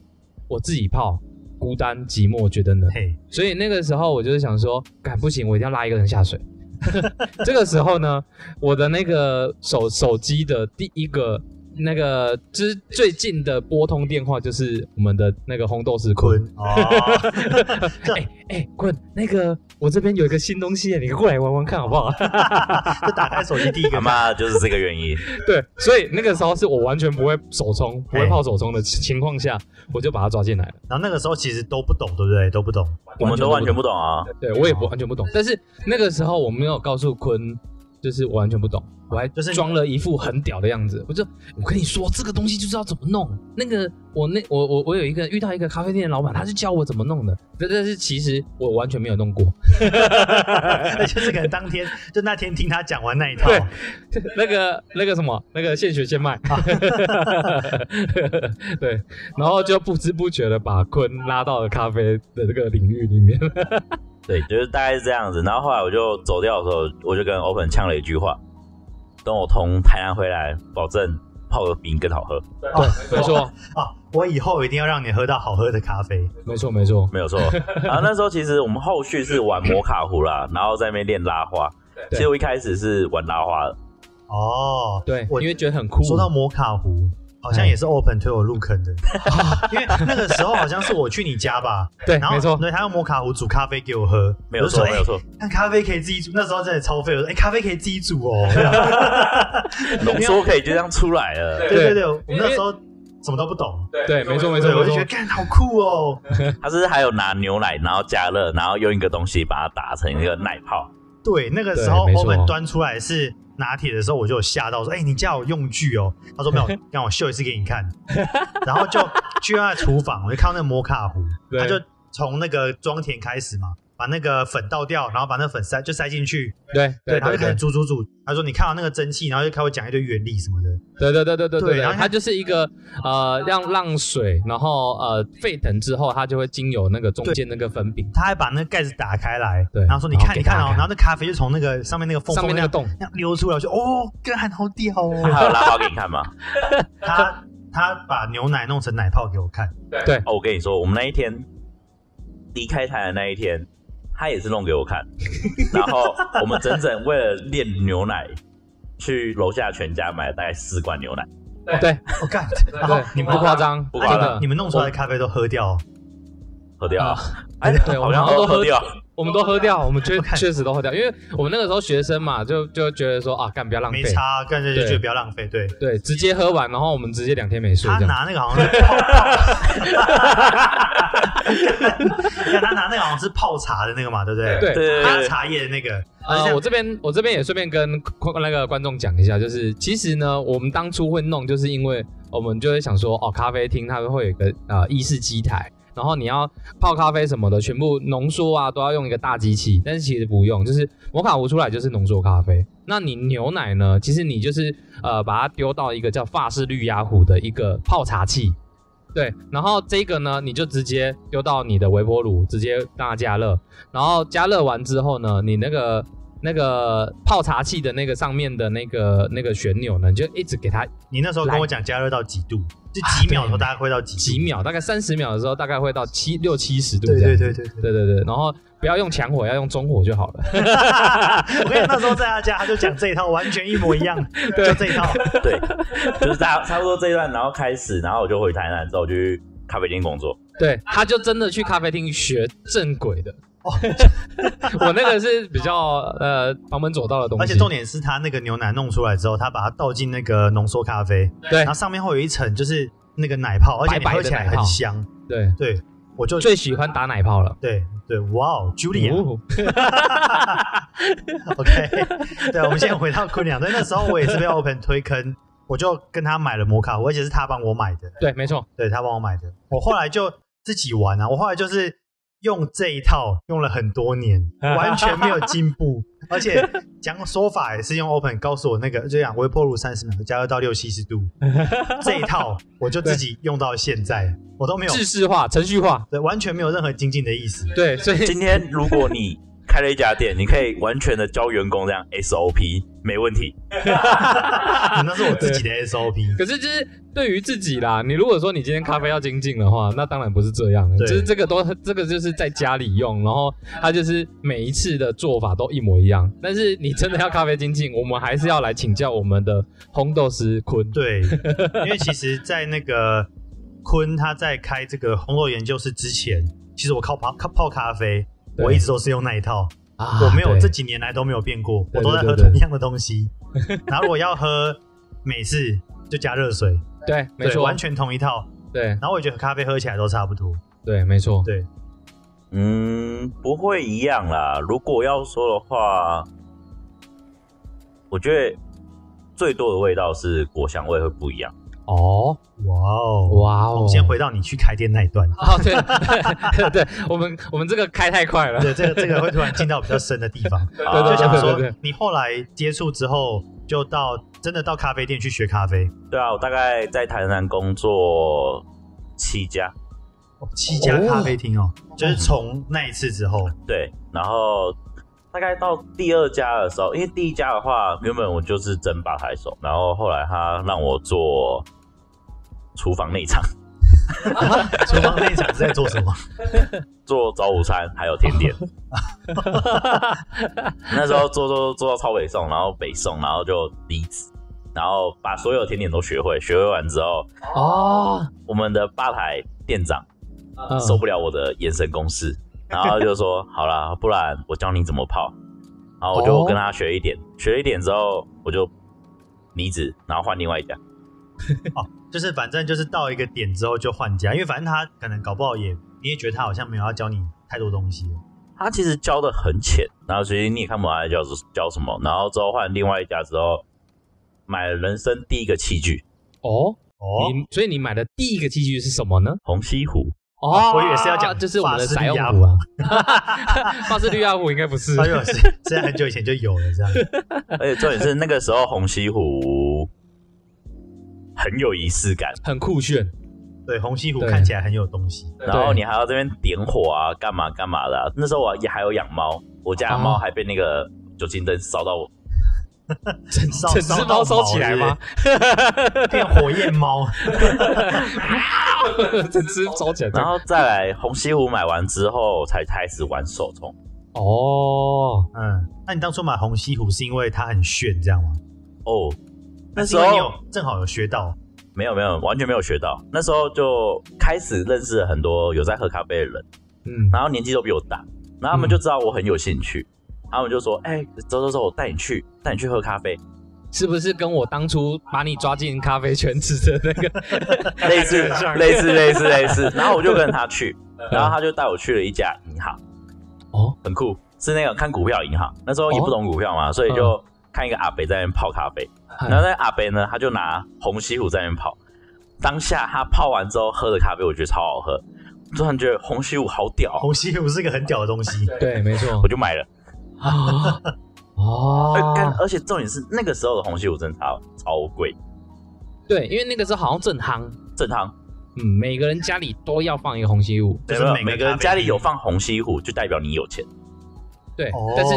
Speaker 4: 我自己泡，孤单寂寞觉得冷，
Speaker 1: 嘿，
Speaker 4: 所以那个时候我就是想说，干不行，我一定要拉一个 人下水。这个时候呢，我的那个手手机的第一个那个就是最近的拨通电话，就是我们的那个红豆石坤。
Speaker 1: 坤哦，
Speaker 4: 哎哎，坤，那个我这边有一个新东西，你过来玩玩看 好不好？
Speaker 1: 就打开手机第一
Speaker 5: 阿
Speaker 1: 个 嘛，
Speaker 5: 妈就是这个原因，
Speaker 4: 对，所以那个时候是我完全不会手冲、不
Speaker 1: 哎
Speaker 4: 会泡手冲的情况下，我就把他抓进来了。
Speaker 1: 然后那个时候其实都不懂，对不对？都不懂，
Speaker 5: 我们都完全不
Speaker 4: 懂。
Speaker 5: 懂啊。
Speaker 4: 对，我也不完全不懂。但是那个时候我没有告诉坤，就是我完全不懂，我还
Speaker 1: 就是
Speaker 4: 装了一副很屌的样子。我就我跟你说，这个东西就是要怎么弄。那个我那我我我有一个遇到一个咖啡店的老板，他就教我怎么弄的。但但是其实我完全没有弄过。
Speaker 1: 而且是可能当天就那天听他讲完那一套，
Speaker 4: 对那个那个什么，那个现学现卖。 对，然后就不知不觉的把坤拉到了咖啡的这个领域里面。
Speaker 5: 对，就是大概是这样子。然后后来我就走掉的时候，我就跟 Open 呛了一句话：等我从台南回来，保证泡的比你更好喝。
Speaker 4: 对，没错，
Speaker 1: 啊，我以后一定要让你喝到好喝的咖啡，
Speaker 4: 没错，没错。
Speaker 5: 没 有错。然后那时候其实我们后续是玩摩卡壶啦，然后在那边练拉花。其实我一开始是玩拉花的，
Speaker 1: 哦，
Speaker 4: 对，
Speaker 1: 我
Speaker 4: 因为觉哎得很酷。
Speaker 1: 说到摩卡壶，好像也是 Open 推我入坑 的，因为那个时候好像是我去你家吧，
Speaker 4: 对，
Speaker 1: 然后
Speaker 4: 哎没错，
Speaker 1: 对，他用摩卡壶煮咖啡给我喝，
Speaker 5: 没有错，
Speaker 1: 我就
Speaker 5: 没
Speaker 1: 说
Speaker 5: 有。错，
Speaker 1: 哎看咖啡可以自己煮，那时候真的超费。我说，哎，咖啡可以自己煮哦。
Speaker 5: 浓缩可以就这样出来 了。
Speaker 1: 对对
Speaker 4: 对
Speaker 1: 对，我们那时候什么都不懂，
Speaker 4: 对，没错，没错，
Speaker 1: 对，我
Speaker 4: 没
Speaker 1: 就觉
Speaker 4: 错
Speaker 1: 得。干好酷哦。
Speaker 5: 它是还有拿牛奶，然后加热，然后用一个东西把它打成一个奶泡。
Speaker 1: 对，那个时候
Speaker 4: 对没错
Speaker 1: Open 端出来是拿铁的时候，我就有吓到，说，哎，你家有用具哦？他 说没有，让我秀一次给你看。然后就去他的厨房，我就看到那个摩卡壶，
Speaker 4: 对
Speaker 1: 他就从那个装填开始嘛。把那个粉倒掉，然后把那粉塞就塞进去，
Speaker 4: 对
Speaker 1: 对，
Speaker 4: 对
Speaker 1: 然后
Speaker 4: 对
Speaker 1: 就开始
Speaker 4: 对
Speaker 1: 煮煮煮。他说：“你看到那个蒸汽，然后就开始讲一堆原理什么的。”
Speaker 4: 对对对对对
Speaker 1: 对
Speaker 4: 对，
Speaker 1: 然后它
Speaker 4: 它就是一个呃，让让水，然后呃沸腾之后，它就会经由那个中间那个粉饼
Speaker 1: 他还把那个盖子打开来，
Speaker 4: 对
Speaker 1: 然后说你
Speaker 4: 然后
Speaker 1: 看
Speaker 4: 给
Speaker 1: 你看
Speaker 4: 大家
Speaker 1: 哦，
Speaker 4: 看
Speaker 1: 然后那咖啡就从那个上面那个缝
Speaker 4: 上面那个洞，
Speaker 1: 那样流出来，我就哦，干好屌
Speaker 5: 它
Speaker 1: 哦！
Speaker 5: 还有拉花给你看吗？
Speaker 1: 他他把牛奶弄成奶泡给我看，
Speaker 4: 对，
Speaker 5: 哦，我跟你说，我们那一天离开台的那一天，他也是弄给我看，然后我们整整为了练牛奶，去楼下全家买了大概四罐牛奶。
Speaker 4: 对
Speaker 1: 我干，，Oh 然后
Speaker 4: 对，你不夸张，不
Speaker 5: 不夸
Speaker 4: 夸
Speaker 5: 张
Speaker 4: 张
Speaker 1: 你，们弄出来的咖啡都喝掉，
Speaker 5: 喝掉啊，
Speaker 4: 哎，对，我
Speaker 5: 好
Speaker 4: 们
Speaker 5: 像
Speaker 4: 好像
Speaker 5: 都
Speaker 4: 都
Speaker 5: 喝
Speaker 4: 喝
Speaker 5: 掉，
Speaker 4: 我们都喝掉，我们确
Speaker 1: 我看
Speaker 4: 确实都喝掉，因为我们那个时候学生嘛，就就觉得说啊，干不要浪
Speaker 1: 没
Speaker 4: 费，
Speaker 1: 差，干脆就
Speaker 4: 对
Speaker 1: 觉得不要浪费。对
Speaker 4: 对，直接喝完，然后我们直接两天没睡
Speaker 1: 他
Speaker 4: 这样，
Speaker 1: 拿那个好像是泡，干他拿那个好像是泡茶的那个嘛，对不对？
Speaker 4: 对
Speaker 5: 对对
Speaker 1: 他
Speaker 5: 对
Speaker 1: 茶叶的那个，而
Speaker 4: 呃，
Speaker 1: 且
Speaker 4: 我这边我这边也顺便跟观那个观众讲一下，就是其实呢，我们当初会弄，就是因为我们就会想说，哦，咖啡厅它会有一个呃意式机台，然后你要泡咖啡什么的，全部浓缩啊，都要用一个大机器，但是其实不用，就是摩卡壶出来就是浓缩啊咖啡。那你牛奶呢？其实你就是呃把它丢到一个叫法式绿鸭壶的一个泡茶器，对，然后这个呢你就直接丢到你的微波炉，直接让它加热，然后加热完之后呢，你那个那个泡茶器的那个上面的那个那个旋钮呢，你就一直给它
Speaker 1: 你那时候跟我讲加热到几度，就几秒的时候大概会到几度
Speaker 4: 啊几。秒，大概三十秒的时候，大概会到七六七十度这
Speaker 1: 对
Speaker 4: 样。
Speaker 1: 对对对对。
Speaker 4: 对对对，然后不要用强火，要用中火就好了。
Speaker 1: 我跟你那时候在他家，他就讲这一套，完全一模一样，就这一套。
Speaker 5: 对，就是差差不多这一段，然后开始，然后我就回台南之后我就去咖啡店工作。
Speaker 4: 对，他就真的去咖啡厅学正轨的。
Speaker 1: 哦
Speaker 4: 我那个是比较呃旁门左道的东西，
Speaker 1: 而且重点是他那个牛奶弄出来之后，他把它倒进那个浓缩咖啡，
Speaker 4: 对
Speaker 1: 然后上面会有一层就是那个奶泡，而且你
Speaker 4: 白白
Speaker 1: 喝
Speaker 4: 的
Speaker 1: 起来
Speaker 4: 奶
Speaker 1: 很
Speaker 4: 泡
Speaker 1: 香。
Speaker 4: 对
Speaker 1: 对，我就
Speaker 4: 最喜欢打奶泡了。
Speaker 1: 对对，哇哦，Julia，OK，
Speaker 4: 哦
Speaker 1: 对，我们现在回到坤良，对，那时候我也是被 Open 推坑，我就跟他买了摩卡壶，而且是他帮我买的，
Speaker 4: 对，没错，
Speaker 1: 对他帮我买的，我后来就自己玩啊，我后来就是用这一套用了很多年，完全没有进步，而且讲说法也是用 open 告诉我那个，就讲微波炉三十秒加热到六七十度这一套，我就自己用到现在，我都没有
Speaker 4: 制式化、程序化，
Speaker 1: 对，完全没有任何精进的意思。
Speaker 4: 对，所以
Speaker 5: 今天如果你开了一家店，你可以完全的教员工这样 SOP，没问题。
Speaker 1: 那是我自己的 SOP。
Speaker 4: 可是就是对于自己啦，你如果说你今天咖啡要精进的话，那当然不是这样的，
Speaker 1: 对
Speaker 4: 就是这个都这个就是在家里用，然后它就是每一次的做法都一模一样。但是你真的要咖啡精进，我们还是要来请教我们的烘豆师坤。
Speaker 1: 对，因为其实，在那个坤他在开这个红豆研究室之前，其实我靠泡靠泡咖啡，
Speaker 4: 对
Speaker 1: 我一直都是用那一套，
Speaker 4: 啊
Speaker 1: 我没有
Speaker 4: 对
Speaker 1: 这几年来都没有变过，
Speaker 4: 对
Speaker 1: 我都在喝
Speaker 4: 对对对
Speaker 1: 同样的东 西。然后我要喝美式就加热水，
Speaker 4: 对，没
Speaker 1: 对
Speaker 4: 错，
Speaker 1: 完全同一套。
Speaker 4: 对
Speaker 1: 然后我觉得咖啡喝起来都差不多，
Speaker 4: 对，没错，
Speaker 1: 对，
Speaker 5: 嗯，不会一样啦。如果要说的话，我觉得最多的味道是果香味会不一样。
Speaker 4: 哦，
Speaker 1: 哇哦，
Speaker 4: 哇
Speaker 1: 我
Speaker 4: 哦，
Speaker 1: 们先回到你去开店那一段。
Speaker 4: 哦，对对， 我们我们这个开太快了，
Speaker 1: 对，这个这个会突然进到比较深的地方。
Speaker 4: 对
Speaker 5: 啊
Speaker 1: 就
Speaker 4: 对
Speaker 1: 想
Speaker 4: 对对
Speaker 1: 说
Speaker 4: 对对，，
Speaker 1: 你后来接触之后，就到真的到咖啡店去学咖啡，
Speaker 5: 对啊，我大概在台南工作七家，
Speaker 1: 哦七家咖啡厅哦，就是从那一次之后，
Speaker 5: 对，然后大概到第二家的时候，因为第一家的话，原本我就是整吧台手，然后后来他让我做厨房内场，
Speaker 1: 厨房那一场是在做什么？
Speaker 5: 做早午餐还有甜点。 那时候做做做到超北宋，然后北宋，然后就离职，然后把所有甜点都学会。学会完之后，
Speaker 4: 哦，
Speaker 5: 我们的吧台店长
Speaker 1: 啊
Speaker 4: 嗯
Speaker 5: 受不了我的眼神攻势，然后就说：“好啦，不然我教你怎么泡。”然后我就
Speaker 4: 哦
Speaker 5: 跟他学一点，学一点之后我就离职，然后换另外一家。
Speaker 1: 就是反正就是到一个点之后就换家，因为反正他可能搞不好也你也觉得他好像没有要教你太多东西了，
Speaker 5: 他其实教的很浅，然后所以你也看不懂他在教教什么。然后之后换另外一家之后，买了人生第一个器具
Speaker 4: 哦，
Speaker 1: 哦，
Speaker 4: 你所以你买的第一个器具是什么呢？
Speaker 5: ——虹 吸壶。
Speaker 4: 哦，
Speaker 1: 我以为是要讲
Speaker 4: 就是我们的
Speaker 1: 法式
Speaker 4: 彩
Speaker 1: 绿
Speaker 4: 用
Speaker 1: 鸭
Speaker 4: 壶啊，啊 哎法式绿亚壶应该不是
Speaker 1: 他有是虽然很久以前就有了这样，
Speaker 5: 而且重点是那个时候红西湖很有仪式感，
Speaker 4: 很酷炫，
Speaker 1: 对，红西湖
Speaker 4: 对
Speaker 1: 看起来很有东西，
Speaker 5: 然后你还要这边点火啊，干嘛干嘛的啊、那时候我也还有养猫，我家的猫
Speaker 4: 哦
Speaker 5: 还被那个酒精灯烧到我，
Speaker 4: 整
Speaker 1: 烧
Speaker 4: 整只猫烧起来吗？
Speaker 1: 变火焰猫，
Speaker 4: 整只烧起来，
Speaker 5: 然后再来红西湖买完之后才开始玩手冲。
Speaker 4: 哦，
Speaker 1: 嗯，那你当初买红西湖是因为它很炫这样吗？
Speaker 5: 哦，那
Speaker 1: 还是
Speaker 5: 时
Speaker 1: 因
Speaker 5: 候
Speaker 1: 为你有正好有学到，
Speaker 5: 没有没有完全没有学到，那时候就开始认识了很多有在喝咖啡的人。
Speaker 4: 嗯，
Speaker 5: 然后年纪都比我大，然后他们就知道我很有兴趣，他们就说：“哎、走走走，我带你去，带你去喝咖啡。
Speaker 4: 是不是跟我当初把你抓进咖啡圈子的那个
Speaker 5: 类
Speaker 4: 感
Speaker 5: 似
Speaker 4: 觉很像
Speaker 5: 类似类似类似。”然后我就跟他去，然后他就带我去了一家银行，
Speaker 4: 哦，
Speaker 5: 很酷，是那种看股票银行。那时候也不懂股票嘛，所以就看一个阿北在那边泡咖啡，
Speaker 4: 嗯
Speaker 5: 然
Speaker 4: 哎
Speaker 5: 后那阿北呢，他就拿红西湖在那边泡。当下他泡完之后喝的咖啡，我觉得超好喝，突然觉得红西湖好屌哦，
Speaker 1: 红西湖是个很屌的东 西，
Speaker 4: 对，没错
Speaker 5: 我，就买了。
Speaker 4: 啊，
Speaker 5: 而干
Speaker 4: 哦，
Speaker 5: 而且重点是那个时候的红西湖真的超超贵，
Speaker 4: 对，因为那个时候好像正夯，
Speaker 5: 正常
Speaker 4: 嗯，每个人家里都要放一个红西壶，
Speaker 1: 就是
Speaker 5: 没有
Speaker 1: 每个
Speaker 5: 每个人
Speaker 1: 咖啡
Speaker 5: 家里
Speaker 1: 厅
Speaker 5: 有放红西湖，就代表你有钱。
Speaker 4: 对，
Speaker 1: 哦，
Speaker 4: 但是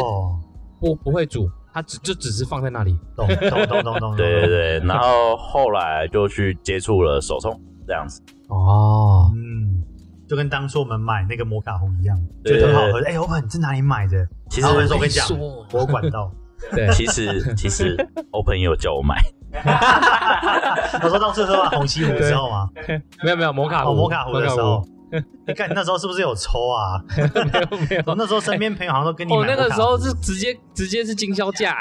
Speaker 4: 不不会煮，它只就只是放在那里，
Speaker 1: 懂懂懂懂懂，
Speaker 5: 对对
Speaker 1: 懂，
Speaker 5: 对，然后后来就去接触了手冲这样子。
Speaker 4: 哦，
Speaker 1: 嗯，就跟当初我们买那个摩卡壶一样，觉
Speaker 5: 对
Speaker 1: 得很好喝。哎，老板，你在哪里买的？
Speaker 5: 其实
Speaker 1: 然后我就说我跟你讲，
Speaker 4: 说
Speaker 1: 我有管 道。
Speaker 4: 对，
Speaker 5: 其实其实 Open 也有叫我买，
Speaker 1: 我说当初喝完红西湖之后嘛，
Speaker 4: 没有没有摩卡
Speaker 1: 哦，
Speaker 4: 壶，
Speaker 1: 摩卡壶的时
Speaker 4: 摩
Speaker 1: 候，你看你那时候是不是有抽啊？
Speaker 4: 卡壶， 没有没
Speaker 1: 我
Speaker 4: 有。
Speaker 1: 那时候身边朋友好像都跟你
Speaker 4: 我
Speaker 1: 买
Speaker 4: 哦那
Speaker 1: 摩
Speaker 4: 个
Speaker 1: 卡
Speaker 4: 时
Speaker 1: 壶
Speaker 4: 候是，直接直接是经销价、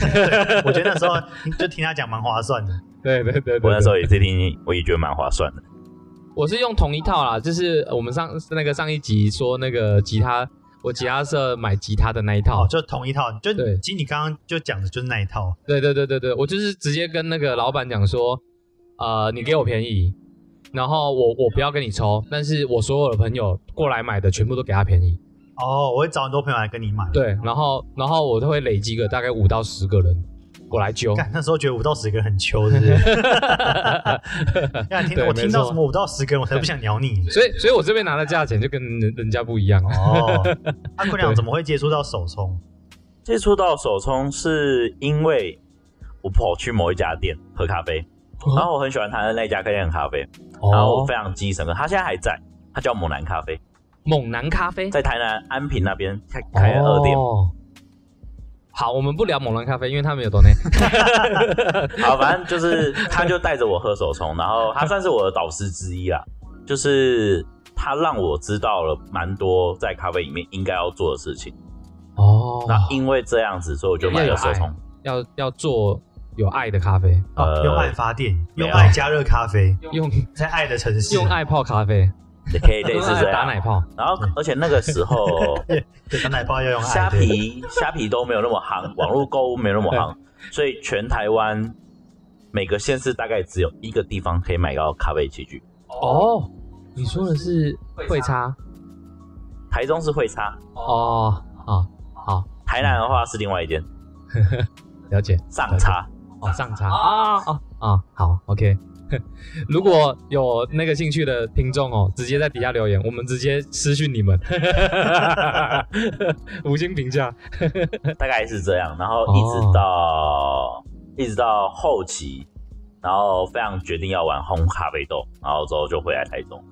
Speaker 4: 哎
Speaker 1: 我觉得那时候就听他讲蛮划算 的。
Speaker 4: 对对对对
Speaker 5: 我那时
Speaker 4: 候
Speaker 5: 候也是听，我也觉得蛮划算的。
Speaker 4: 我是用同一套啦，就是呃我们上那个上一集说那个吉他，我吉他社买吉他的那一套。
Speaker 1: 哦，就同一套，就
Speaker 4: 对
Speaker 1: 其实你刚刚就讲的就是那一套，
Speaker 4: 对对对对对，我就是直接跟那个老板讲说，呃，你给我便宜，然后我我不要跟你抽，但是我所有的朋友过来买的全部都给他便宜。
Speaker 1: 哦，我会找很多朋友来跟你买。
Speaker 4: 对，然后然后我都会累积个大概五到十个人过来揪。
Speaker 1: 干，那时候觉得五到十个人很糗，是不是？干听
Speaker 4: 对
Speaker 1: 我
Speaker 4: 没
Speaker 1: 听到
Speaker 4: 错
Speaker 1: 什么五到十个人，我才不想鸟 你。
Speaker 4: 所以所以我这边拿的价钱就跟人人家不一样哦。
Speaker 1: 哦，那姑娘
Speaker 4: 对
Speaker 1: 怎么会接触到手冲？
Speaker 5: 接触到手冲是因为我跑去某一家店喝咖啡，
Speaker 1: 哦
Speaker 5: 然后我很喜欢他的那一家店的咖啡，然后我
Speaker 4: 哦
Speaker 5: 非常记忆深刻。他现在还在，他叫猛男咖啡，
Speaker 4: 猛男咖啡
Speaker 5: 在台南安平那边开开了二店。
Speaker 4: 哦好，我们不聊猛男咖啡，因为他没有懂内。
Speaker 5: 好，反正就是他就带着我喝手冲，然后他算是我的导师之一啦，就是他让我知道了蛮多在咖啡里面应该要做的事情。
Speaker 4: 哦
Speaker 5: 那因为这样子，所以我就买了手冲。
Speaker 4: 要要做有爱的咖啡，
Speaker 1: 哦
Speaker 5: 呃，
Speaker 1: 用爱发电，
Speaker 5: 没
Speaker 1: 用
Speaker 5: 有
Speaker 1: 爱加热咖啡，
Speaker 4: 用
Speaker 1: 在爱的城市，
Speaker 4: 用爱泡咖啡，
Speaker 5: 也可以类似这
Speaker 4: 打
Speaker 5: 样
Speaker 4: 奶。泡。
Speaker 5: 然后，而且那个时候
Speaker 1: 对，奶泡要用爱。
Speaker 5: 虾
Speaker 1: 对
Speaker 5: 皮虾皮都没有那么行，网络购物没有那么行，所以全台湾每个县市大概只有一个地方可以买到咖啡器具。
Speaker 4: 哦，你说的是会差
Speaker 5: 台中是会差，
Speaker 4: 哦，好好
Speaker 5: 台南的话是另外一间
Speaker 4: 了解
Speaker 5: 上差。
Speaker 4: 哦，上差啊啊啊，好 OK。如果有那个兴趣的听众哦，直接在底下留言，我们直接私讯你们， 五星评价。
Speaker 5: 大概是这样，然后一直到、一直到后期，然后非常决定要玩烘咖啡豆，然后之后就回来台中。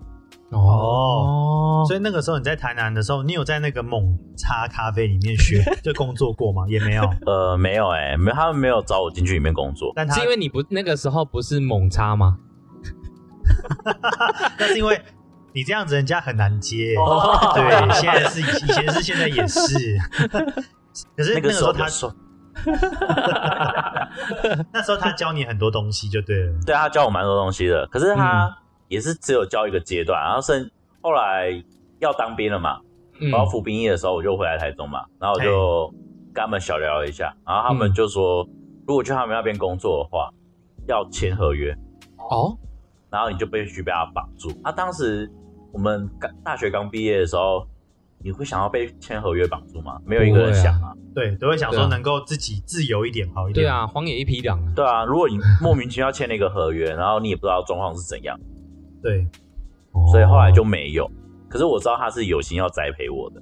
Speaker 1: 哦
Speaker 4: 哦
Speaker 1: 所以那个时候你在台南的时候，你有在那个猛叉咖啡里面 学就工作过吗？也没有，
Speaker 5: 呃，没有哎、没有，他们没有找我进去里面工作。
Speaker 1: 但他
Speaker 4: 是因为你不那个时候不是猛插吗？
Speaker 1: 那是因为你这样子，人家很难接。
Speaker 5: 哦
Speaker 1: 对，现在是以前是，现在也 是。可是
Speaker 5: 那
Speaker 1: 那个
Speaker 5: 个
Speaker 1: 时
Speaker 5: 时
Speaker 1: 候
Speaker 5: 候
Speaker 1: 他
Speaker 5: 他说，
Speaker 1: 那时候他教你很多东西就对了。
Speaker 5: 对他教我蛮多东西的，可是他也是只有教一个阶段，然后剩后来要当兵了嘛，
Speaker 4: 嗯
Speaker 5: 然后服兵役的时候我就回来台中嘛，然后我就跟他们小聊一下，然后他们
Speaker 4: 嗯
Speaker 5: 就说，如果去他们那边工作的话，要签合约。
Speaker 4: 哦，
Speaker 5: 然后你就必须被他绑住。他、当时我们刚大学刚毕业的时候，你会想要被签合约绑住吗？没有一个人想啊。
Speaker 1: 对，都会想
Speaker 4: 对
Speaker 1: 说
Speaker 4: 啊
Speaker 1: 能够自己自由一点好一点。
Speaker 4: 对，啊，荒野一匹狼啊。
Speaker 5: 对啊，如果你莫名其妙签了一个合约，然后你也不知道状况是怎样，
Speaker 1: 对。
Speaker 4: 哦
Speaker 5: 所以后来就没有。可是我知道他是有心要栽培我的。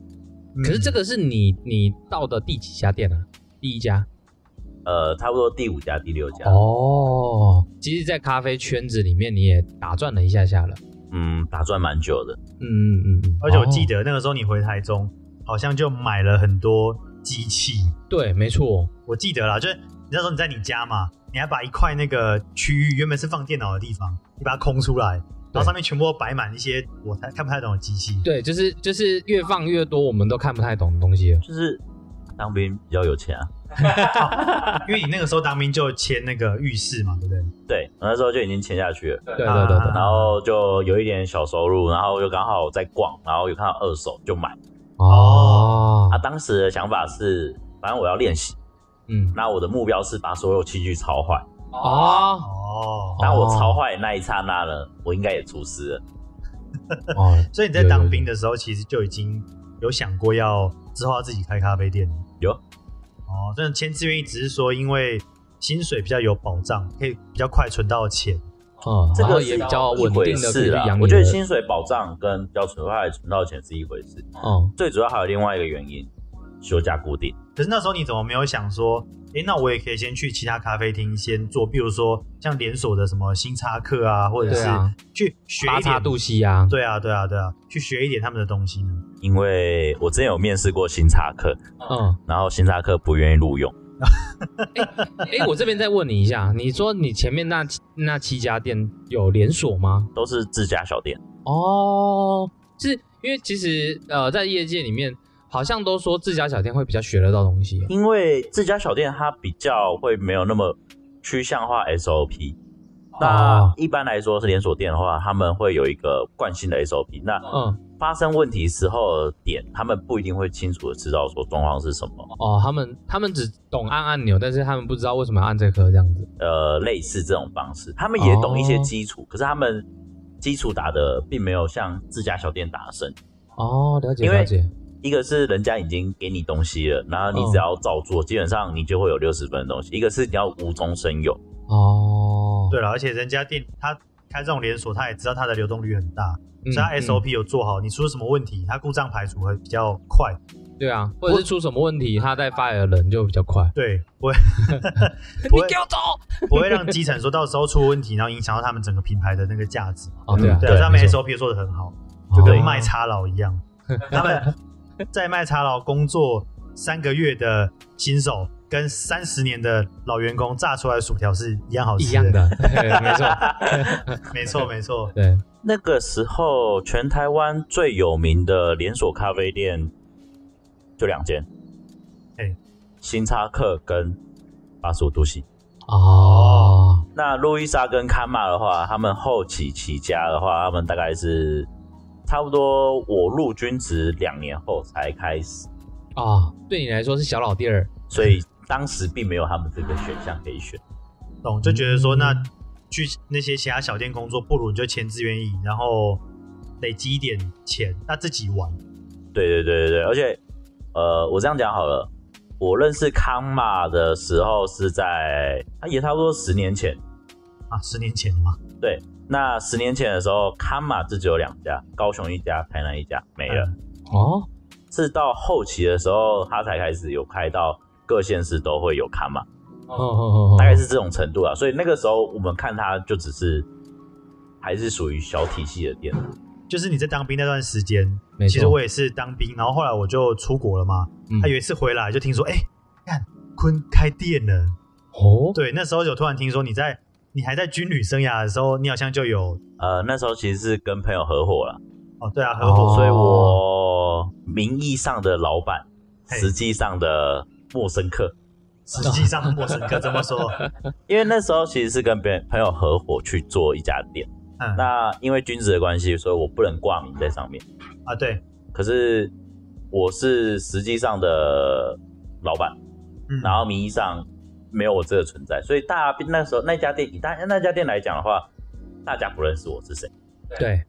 Speaker 1: 嗯
Speaker 4: 可是这个是你你到的第几家店啊？第一家
Speaker 5: 呃，差不多第五家、第六家，
Speaker 4: 哦。其实，在咖啡圈子里面，你也打转了一下下了。
Speaker 5: 嗯，打转蛮久的。
Speaker 4: 嗯嗯嗯嗯。
Speaker 1: 而且
Speaker 5: 哦
Speaker 1: 我记
Speaker 4: 得，
Speaker 1: 得那个时候你回台中，好像就买了很多机器。
Speaker 4: 哦对，没错，
Speaker 1: 我记得啦，就是你那时候你在你家嘛，你还把一块那个区域原本是放电脑的地方，你把它空出来，然后上面全部都摆满一些我才看不太懂的机器。
Speaker 4: 对，就是就是越放越多，我们都看不太懂的东西了。
Speaker 5: 就是当兵比较有钱啊。
Speaker 1: 因为你那个时候当兵就签那个浴室嘛，对不对？
Speaker 5: 对，我那时候就已经签下去了。
Speaker 4: 对对对对。
Speaker 1: 啊
Speaker 5: 然后就有一点小收入，然后又刚好在逛，然后有看到二手就买。
Speaker 4: 哦
Speaker 5: 他、，当时的想法是，反正我要练习，
Speaker 4: 嗯，
Speaker 5: 那我的目标是把所有器具抄坏。
Speaker 4: 哦
Speaker 1: 哦，
Speaker 5: 当我抄坏的那一刹那呢，我应该也出师了。
Speaker 4: 哦，
Speaker 1: 所以你在当兵的时候，其实就已经有想过要之后要自己开咖啡店了。
Speaker 5: 有
Speaker 1: 哦，但签字愿意只是说因为薪水比较有保障，可以比较快存到钱。
Speaker 4: 嗯，
Speaker 5: 这
Speaker 4: 然后
Speaker 5: 个
Speaker 4: 也比较稳定的可以
Speaker 5: 是
Speaker 4: 去
Speaker 5: 啦
Speaker 4: 养，你
Speaker 5: 啊我觉得
Speaker 4: 的
Speaker 5: 薪水保障跟要存下来存到钱是一回事，
Speaker 4: 哦，
Speaker 5: 最主要还有另外一个原因，休假固定。
Speaker 1: 可是那时候你怎么没有想说，诶，那我也可以先去其他咖啡厅先做，比如说像连锁的什么星叉克啊，或者
Speaker 4: 对
Speaker 1: 是
Speaker 4: 啊，
Speaker 1: 去学
Speaker 4: 八
Speaker 1: 一点
Speaker 4: 叉。杜西啊，
Speaker 1: 对啊，对啊，对啊，去学一点他们的东西呢。
Speaker 5: 因为我之前有面试过新查克，
Speaker 4: 嗯，
Speaker 5: 然后新查克不愿意录用。
Speaker 4: 哎，我这边再问你一下，你说你前面那那七家店有连锁吗？
Speaker 5: 都是自家小店，
Speaker 4: 哦，是因为其实呃，在业界里面，好像都说自家小店会比较学得到东西。啊
Speaker 5: 因为自家小店它比较会没有那么趋向化 SOP。那
Speaker 4: 哦
Speaker 5: 一般来说是连锁店的话，他们会有一个惯性的 SOP。那
Speaker 4: 嗯，
Speaker 5: 发生问题时候的点，他们不一定会清楚的知道说状况是什么，
Speaker 4: 哦，他们他们只懂按按钮，但是他们不知道为什么要按这颗这样子。
Speaker 5: 呃，类似这种方式，他们也懂一些基础，可是他们基础打的并没有像自家小店打的深，
Speaker 4: 哦，了解
Speaker 5: 因为
Speaker 4: 了解，
Speaker 5: 一个是人家已经给你东西了，然后你只要照做，基本上你就会有六十分的东西；一个是你要无中生有，
Speaker 4: 哦，
Speaker 1: 对了，而且人家店他开这种连锁，他也知道他的流动率很大，
Speaker 4: 嗯，
Speaker 1: 所以他
Speaker 4: 嗯
Speaker 1: SOP 有做好，你出了什么问题，他故障排除会比较快。
Speaker 4: 对啊，或者是出什么问题，他再 fire 人就比较快。
Speaker 1: 对，不会不
Speaker 4: 你
Speaker 1: 会
Speaker 4: 给我走！
Speaker 1: 不会让基层说到时候出问题，然后影响到他们整个品牌的那个价值。
Speaker 4: 哦， 对啊，
Speaker 5: 嗯
Speaker 1: 对，
Speaker 4: 啊
Speaker 1: 所以他们
Speaker 4: 没错
Speaker 1: SOP 做的很好，
Speaker 4: 哦
Speaker 1: 就跟卖茶佬一 样，他们在卖茶佬工作三个月的新手跟三十年的老员工炸出来的薯条是一样好吃
Speaker 4: 一样的，对没错，
Speaker 1: 没 错，没错。
Speaker 4: 对，
Speaker 5: 那个时候，全台湾最有名的连锁咖啡店就两间，
Speaker 1: 哎
Speaker 5: 星巴克跟八十五度 C。
Speaker 4: 哦，
Speaker 5: 那路易莎跟卡玛的话，他们后期起家的话，他们大概是差不多我入军职两年后才开始，
Speaker 4: 哦，对你来说是小老弟儿，
Speaker 5: 所以当时并没有他们这个选项可以选。
Speaker 1: 懂，就觉得说那
Speaker 4: 嗯
Speaker 1: 去那些其他小店工作，不如你就签志愿役，然后累积一点钱，那自己玩。
Speaker 5: 对对对对对，而且呃，我这样讲好了，我认识康玛的时候是在，他也差不多十年前。
Speaker 1: 啊，十年前嘛，
Speaker 5: 那十年前的时候，康玛就只有两家，高雄一家，台南一家没了。
Speaker 4: 哦，
Speaker 5: 是到后期的时候，他才开始有开到各县市都会有康玛，
Speaker 4: 哦哦哦，
Speaker 5: 大概是这种程度啊。所以那个时候我们看他就只是还是属于小体系的店。
Speaker 1: 就是你在当兵那段时间，
Speaker 4: 没错
Speaker 1: 其实我也是当兵，然后后来我就出国了嘛。
Speaker 4: 嗯
Speaker 1: 他有一次回来就听说，哎、看坤开店了。
Speaker 4: 哦，
Speaker 1: 对，那时候有突然听说你在你还在军旅生涯的时候，你好像就有
Speaker 5: 呃，那时候其实是跟朋友合伙了，
Speaker 1: 哦，对啊，合伙、
Speaker 4: 哦
Speaker 5: 所以我名义上的老板，
Speaker 1: 嘿
Speaker 5: 实际上的陌生客。
Speaker 1: 实际上陌生客怎么说？
Speaker 5: 哦因为那时候其实是跟别人朋友合伙去做一家店，
Speaker 1: 嗯，
Speaker 5: 那因为君子的关系，所以我不能挂名在上面。
Speaker 1: 啊，对，
Speaker 5: 可是我是实际上的老板，
Speaker 1: 嗯，
Speaker 5: 然后名义上没有我这个存在，所以大家那时候那家店以大那家店来讲的话，大家不认识我是谁。
Speaker 4: 对，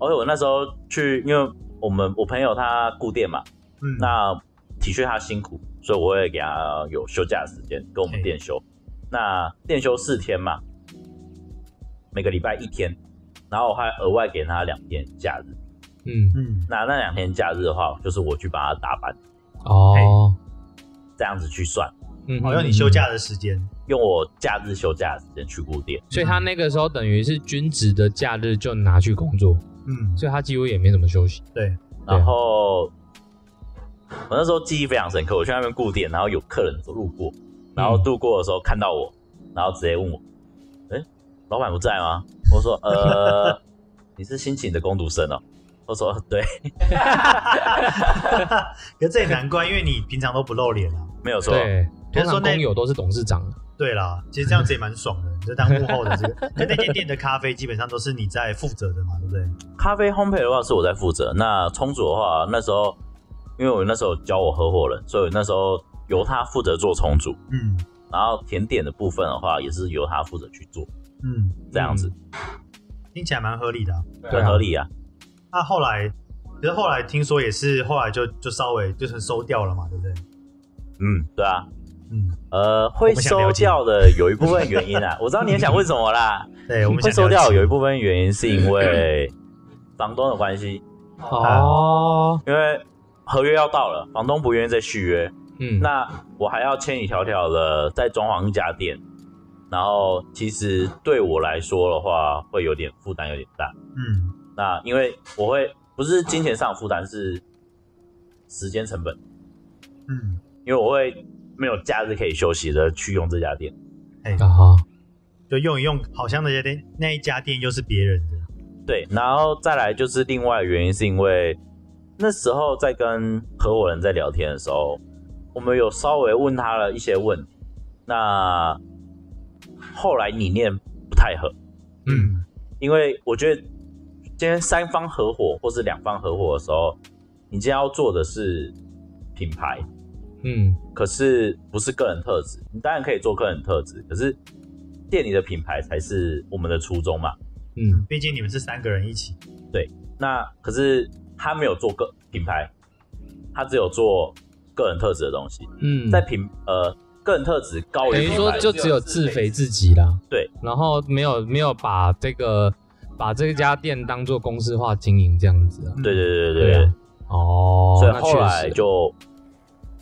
Speaker 5: 而且我那时候去，因为我们我朋友他顾店嘛，
Speaker 1: 嗯，
Speaker 5: 那体恤他辛苦，所以我会给他有休假时间跟我们店休。那店休四天嘛，每个礼拜一天，然后我还额外给他两天假日。
Speaker 4: 嗯，
Speaker 1: 嗯，
Speaker 5: 那那两天假日的话，就是我去帮他打板，
Speaker 4: 哦，
Speaker 5: 这样子去算，
Speaker 4: 嗯，
Speaker 1: 好像你休，假的时间，
Speaker 5: 用我假日休假的时间去顾店。
Speaker 4: 所以他那个时候等于是军职的假日就拿去工作，
Speaker 1: 嗯，
Speaker 4: 所以他几乎也没怎么休息。
Speaker 1: 对，
Speaker 4: 对
Speaker 5: 然后我那时候记忆非常深刻，我去那边顾店，然后有客人走路过，然
Speaker 4: 嗯
Speaker 5: 后路过的时候看到我，然后直接问我：“哎、老板不在吗？”我说：“呃， 你是新请的工读生哦。”我说：“对，
Speaker 1: 可这也难怪，因为你平常都不露脸啊。
Speaker 5: 没有错。
Speaker 4: 对，
Speaker 1: 就
Speaker 4: 通
Speaker 1: 是说
Speaker 4: 常
Speaker 1: 那
Speaker 4: 工友都是董事长，
Speaker 1: 对啦，其实这样子也蛮爽的，你就当幕后的这个。 可那间店的咖啡基本上都是你在负责的嘛，对不对？
Speaker 5: 咖啡烘焙的话是我在负责，那冲煮的话，那时候因为我那时候有教我合伙人，所以那时候由他负责做冲煮，
Speaker 1: 嗯
Speaker 5: 然后甜点的部分的话也是由他负责去做，
Speaker 1: 嗯，
Speaker 5: 这样子、
Speaker 1: 听起来蛮合理的啊、
Speaker 5: 很合理啊。
Speaker 1: 那后来，其实后来听说也是后来就就稍微就是收掉了嘛，对不对？
Speaker 5: 嗯，对啊。
Speaker 1: 嗯，
Speaker 5: 呃，会
Speaker 1: 们想了
Speaker 5: 收
Speaker 1: 解
Speaker 5: 掉的有一部分原因 啊，我知道你也想问什么啦。
Speaker 1: 对，我们
Speaker 5: 会
Speaker 1: 想
Speaker 5: 收掉有一
Speaker 1: 部
Speaker 5: 部分原因是 因为房东的关系，
Speaker 4: 哦，
Speaker 5: 因为合约要到了，房东不愿意再续约，
Speaker 4: 嗯，
Speaker 5: 那我还要千里迢迢的再装潢一家店，然后其实对我来说的话，会有点负担有点大。
Speaker 1: 嗯
Speaker 5: 那因为我会不是金钱上的负担，是时间成本，
Speaker 1: 嗯，
Speaker 5: 因为我会没有假日可以休息的去用这家店。
Speaker 4: 啊，
Speaker 1: 就用一用，好像那家店那一家店又是别人的，
Speaker 5: 对，然后再来就是另外的原因，是因为那时候在跟合伙人在聊天的时候，我们有稍微问他了一些问题，那后来理念不太合，
Speaker 1: 嗯
Speaker 5: 因为我觉得今天三方合伙或是两方合伙的时候，你今天要做的是品牌，
Speaker 4: 嗯，
Speaker 5: 可是不是个人特质，你当然可以做个人特质，可是店里的品牌才是我们的初衷嘛。
Speaker 4: 嗯，
Speaker 1: 毕竟你们是三个人一起。
Speaker 5: 那可是他没有做个品牌，他只有做个人特质的东西，
Speaker 4: 嗯，
Speaker 5: 在品呃个人特质高于
Speaker 4: 等于
Speaker 5: 品
Speaker 4: 说
Speaker 5: 牌
Speaker 4: 就只有自肥自己啦。
Speaker 5: 对，
Speaker 4: 然后没有没有把这个把这家店当做公式化经营这样子啊。
Speaker 5: 对对对对对
Speaker 4: 对啊哦，
Speaker 5: 所以
Speaker 4: 那
Speaker 5: 后
Speaker 4: 确
Speaker 5: 来
Speaker 4: 实嗯
Speaker 5: 就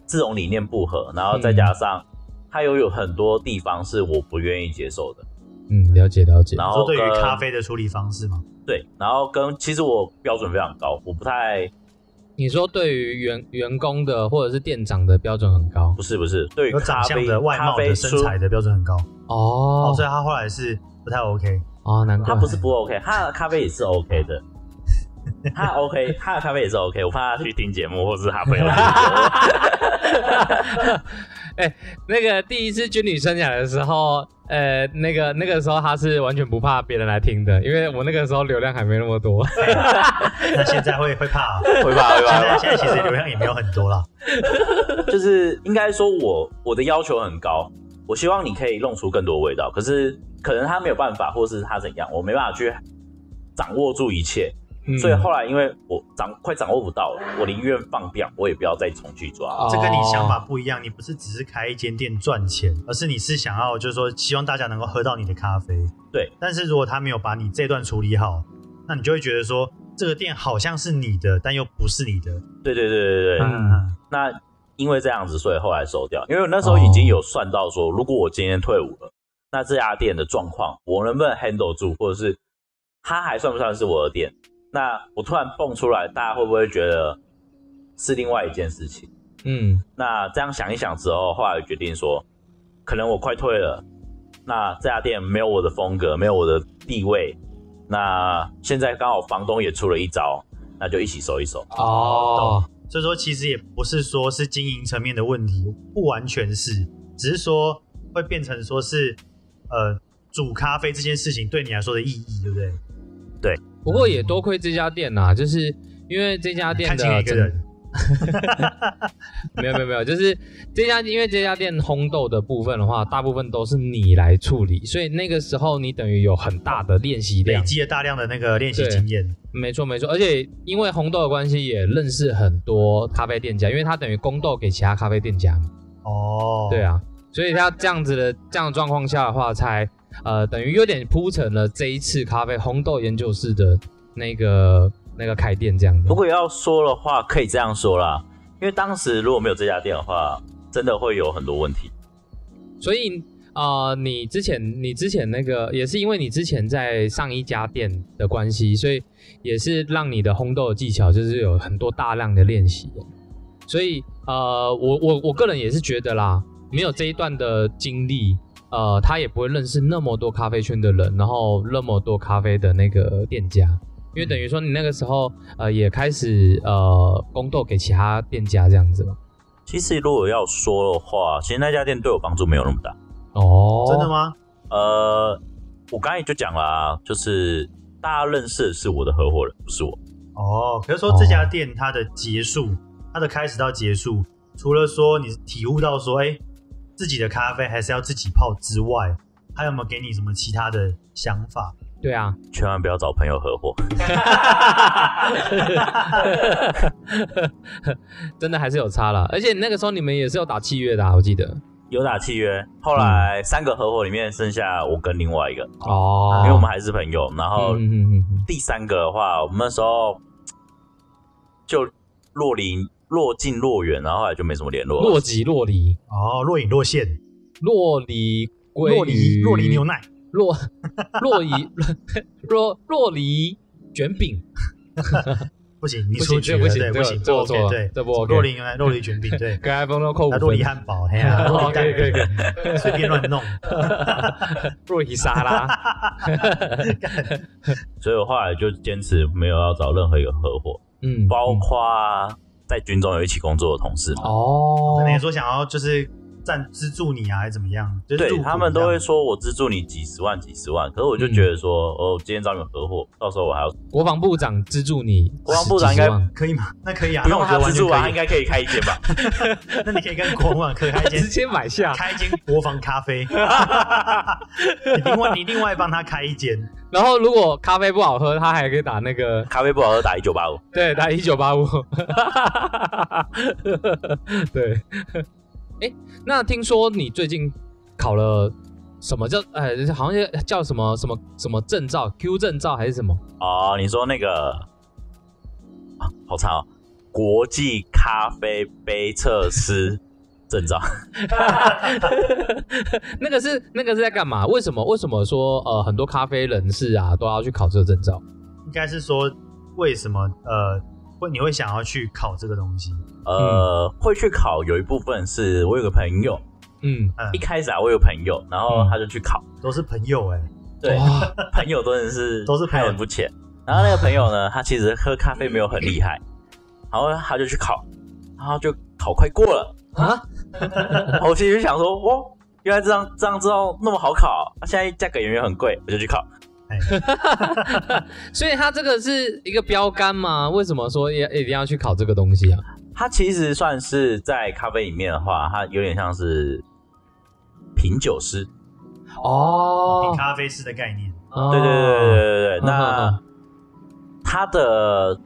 Speaker 5: 这种理念不合，然后再加上他又有很多地方是我不愿意接受的，
Speaker 4: 嗯了解了解。
Speaker 5: 然
Speaker 1: 说
Speaker 5: 后
Speaker 1: 对于
Speaker 5: 跟
Speaker 1: 咖啡的处理方式嘛，
Speaker 5: 对，然后跟其实我标准非常高，我不太
Speaker 4: 你说对于员员工的或者是店长的标准很高
Speaker 5: 不是不是对于
Speaker 1: 有长
Speaker 5: 咖
Speaker 1: 相
Speaker 5: 啡
Speaker 1: 的、外
Speaker 5: 咖
Speaker 1: 貌
Speaker 5: 啡
Speaker 1: 的、身
Speaker 5: 出
Speaker 1: 材的标准很高，哦，
Speaker 4: 哦
Speaker 1: 所以他后来是不太 OK。
Speaker 4: 哦，难怪
Speaker 5: 他不是不 OK，他的咖啡也是 OK 的。他 OK，他的咖啡也是 OK，我怕他去听节目，或是他朋友听
Speaker 4: 那个第一次军旅生涯的时候，呃，那个那个时候他是完全不怕别人来听的，因为我那个时候流量还没那么多。
Speaker 1: 那现在会会 怕啊、
Speaker 5: 节目会吧会
Speaker 1: 现在
Speaker 5: 吧，
Speaker 1: 现在其实流量也没有很多啦。
Speaker 5: 就是应该说我我的要求很高，我希望你可以弄出更多味道，可是可能他没有办法，或是他怎样，我没办法去掌握住一切，
Speaker 4: 嗯
Speaker 5: 所以后来因为我掌快掌握不到了，我宁愿放掉，我也不要再重去抓。
Speaker 4: 哦
Speaker 1: 这跟你想法不一样，你不是只是开一间店赚钱，而是你是想要就是说希望大家能够喝到你的咖啡。
Speaker 5: 对，
Speaker 1: 但是如果他没有把你这段处理好，那你就会觉得说这个店好像是你的，但又不是你的。
Speaker 5: 对对对对对，
Speaker 4: 嗯
Speaker 5: 那因为这样子，所以后来收掉。因为我那时候已经有算到说，如果我今天退伍了，那这家店的状况我能不能 handle 住，或者是它还算不算是我的店？那我突然蹦出来，大家会不会觉得是另外一件事情？
Speaker 4: 嗯
Speaker 5: 那这样想一想之后，后来决定说，可能我快退了，那这家店没有我的风格，没有我的地位。那现在刚好房东也出了一招，那就一起收一收。
Speaker 4: 哦
Speaker 1: 所以说其实也不是说是经营层面的问题，不完全是，只是说会变成说是呃煮咖啡这件事情对你来说的意义，对不对？
Speaker 4: 不过也多亏这家店呐、就是因为这家店
Speaker 1: 看清了
Speaker 4: 的
Speaker 1: 一个人，
Speaker 4: 没有没有没有，就是这家因为这家店烘豆的部分的话，大部分都是你来处理，所以那个时候你等于有很大的练习
Speaker 1: 累
Speaker 4: 量。
Speaker 1: 积了大量的那个练习
Speaker 4: 对
Speaker 1: 经验。
Speaker 4: 没错没错，而且因为红豆的关系，也认识很多咖啡店家，因为他等于供豆给其他咖啡店家嘛。
Speaker 1: 哦，
Speaker 4: 对啊，所以他这样子的这样的状况下的话，才呃等于有点铺成了这一次咖啡红豆研究室的那个那个开店这样子。
Speaker 5: 如果要说的话，可以这样说啦，因为当时如果没有这家店的话，真的会有很多问题。
Speaker 4: 所以啊、呃你之前你之前那个也是因为你之前在上一家店的关系，所以也是让你的烘豆的技巧就是有很多大量的练习的。所以呃，我我我个人也是觉得啦，没有这一段的经历，呃，他也不会认识那么多咖啡圈的人，然后那么多咖啡的那个店家。因为等于说你那个时候，呃，也开始呃供豆给其他店家这样子嘛。
Speaker 5: 其实如果要说的话，其实那家店对我帮助没有那么大。
Speaker 4: 哦，
Speaker 1: 真的？吗？
Speaker 5: 呃，我刚才就讲啦，就是大家认识的是我的合伙人，不是我。
Speaker 1: 哦，比如说这家店它的结束，它的开始到结束，除了说你体悟到说，哎、自己的咖啡还是要自己泡之外，还有没有给你什么其他的想法？
Speaker 4: 对啊，
Speaker 5: 千万不要找朋友合伙，
Speaker 4: 真的还是有差啦，而且那个时候你们也是有打契约的、啊，我记得。
Speaker 5: 有打契约。后来三个合伙里面剩下我跟另外一个，
Speaker 4: 哦
Speaker 5: 因为我们还是朋友。然后
Speaker 4: 嗯嗯嗯
Speaker 5: 第三个的话，我们那时候就若离若近若远，然后后来就没什么联络了。
Speaker 4: 若即若离，
Speaker 1: 哦，若隐若现，
Speaker 4: 若离归
Speaker 1: 若离
Speaker 4: 于
Speaker 1: 若离牛，奶，
Speaker 4: 若若 离若若离卷饼，
Speaker 1: 不行，你
Speaker 4: 不
Speaker 1: 出
Speaker 4: 行，
Speaker 1: 局
Speaker 4: 这
Speaker 1: 了，对，
Speaker 4: 不行，这
Speaker 1: 不行，
Speaker 4: 这
Speaker 1: 不
Speaker 4: 我错
Speaker 1: OK，
Speaker 4: 了，
Speaker 1: 对，
Speaker 4: 这不 OK。，
Speaker 1: 若离牛奶，若离卷饼，对
Speaker 4: 跟 iPhone 都扣五
Speaker 1: 那
Speaker 4: 分，
Speaker 1: 若离汉堡，哎 呀，若离蛋
Speaker 4: OK，可以哦
Speaker 1: 饼，随便乱弄，
Speaker 4: 若离沙拉，
Speaker 5: 所以我后来就坚持没有要找任何一个合伙，
Speaker 4: 嗯，
Speaker 5: 包括在军中有一起工作的同事嘛。
Speaker 4: 哦
Speaker 1: 可能也说想要就是赞资助你啊，还是怎么样？就是入
Speaker 5: 对
Speaker 1: 股
Speaker 5: 他们都
Speaker 1: 这
Speaker 5: 会
Speaker 1: 样
Speaker 5: 说我资助你几十万几十万，可是我就
Speaker 4: 嗯
Speaker 5: 觉得说，哦，今天找你们合伙，到时候我还要
Speaker 4: 国防部长资助你，
Speaker 5: 国防部长应该
Speaker 4: 10万
Speaker 1: 可以吗？那可以啊，
Speaker 5: 不用
Speaker 1: 那我觉
Speaker 5: 他
Speaker 1: 得
Speaker 5: 资
Speaker 1: 完全
Speaker 5: 助啊，
Speaker 1: 可
Speaker 5: 他
Speaker 1: 以
Speaker 5: 应。该可以开一间吧？
Speaker 1: 那你可以跟国王可开一 间
Speaker 4: 直接买下，
Speaker 1: 开一间国防咖 啡，你另外你另外帮他开一间，
Speaker 4: 然后如果咖啡不好喝，他还可以打那个
Speaker 5: 咖啡不好喝，打一九八五。
Speaker 4: 对，打一九八 五。对，哎、那听说你最近考了什么叫哎、好像叫什么什么什么证照，Q 证照还是什么？
Speaker 5: 哦，你说那个、啊好长哦，国际咖啡杯测师证照。
Speaker 4: 那个是那个是在干嘛？为什么为什么说呃很多咖啡人士啊都要去考这个证照？
Speaker 1: 应该是说为什么呃会你会想要去考这个东西？
Speaker 5: 呃，会去考有一部分是我有个朋友，
Speaker 4: 嗯，
Speaker 1: 嗯
Speaker 5: 一，开始啊我有个朋友，然后他就去考，
Speaker 1: 都是朋友哎、
Speaker 5: 对，
Speaker 4: 哇，
Speaker 5: 朋友真的是
Speaker 1: 都是朋
Speaker 5: 害
Speaker 1: 友
Speaker 5: 人不浅。然后那个朋友呢，他 其实喝咖啡没有很厉害，然后他就去考，然后就考快过了。
Speaker 4: 啊，
Speaker 5: 我心里就想说，哇，原来这样这样之后那么好考，啊现在价格也没有很贵，我就去考。
Speaker 4: 所以他这个是一个标杆吗？为什么说要一定要去考这个东西啊？
Speaker 5: 它其实算是在咖啡里面的话，它有点像是品酒师。
Speaker 4: 哦
Speaker 1: 品，咖啡师的概念，
Speaker 5: 对对对对对对对。
Speaker 4: 嗯
Speaker 5: 那
Speaker 4: 嗯
Speaker 5: 它的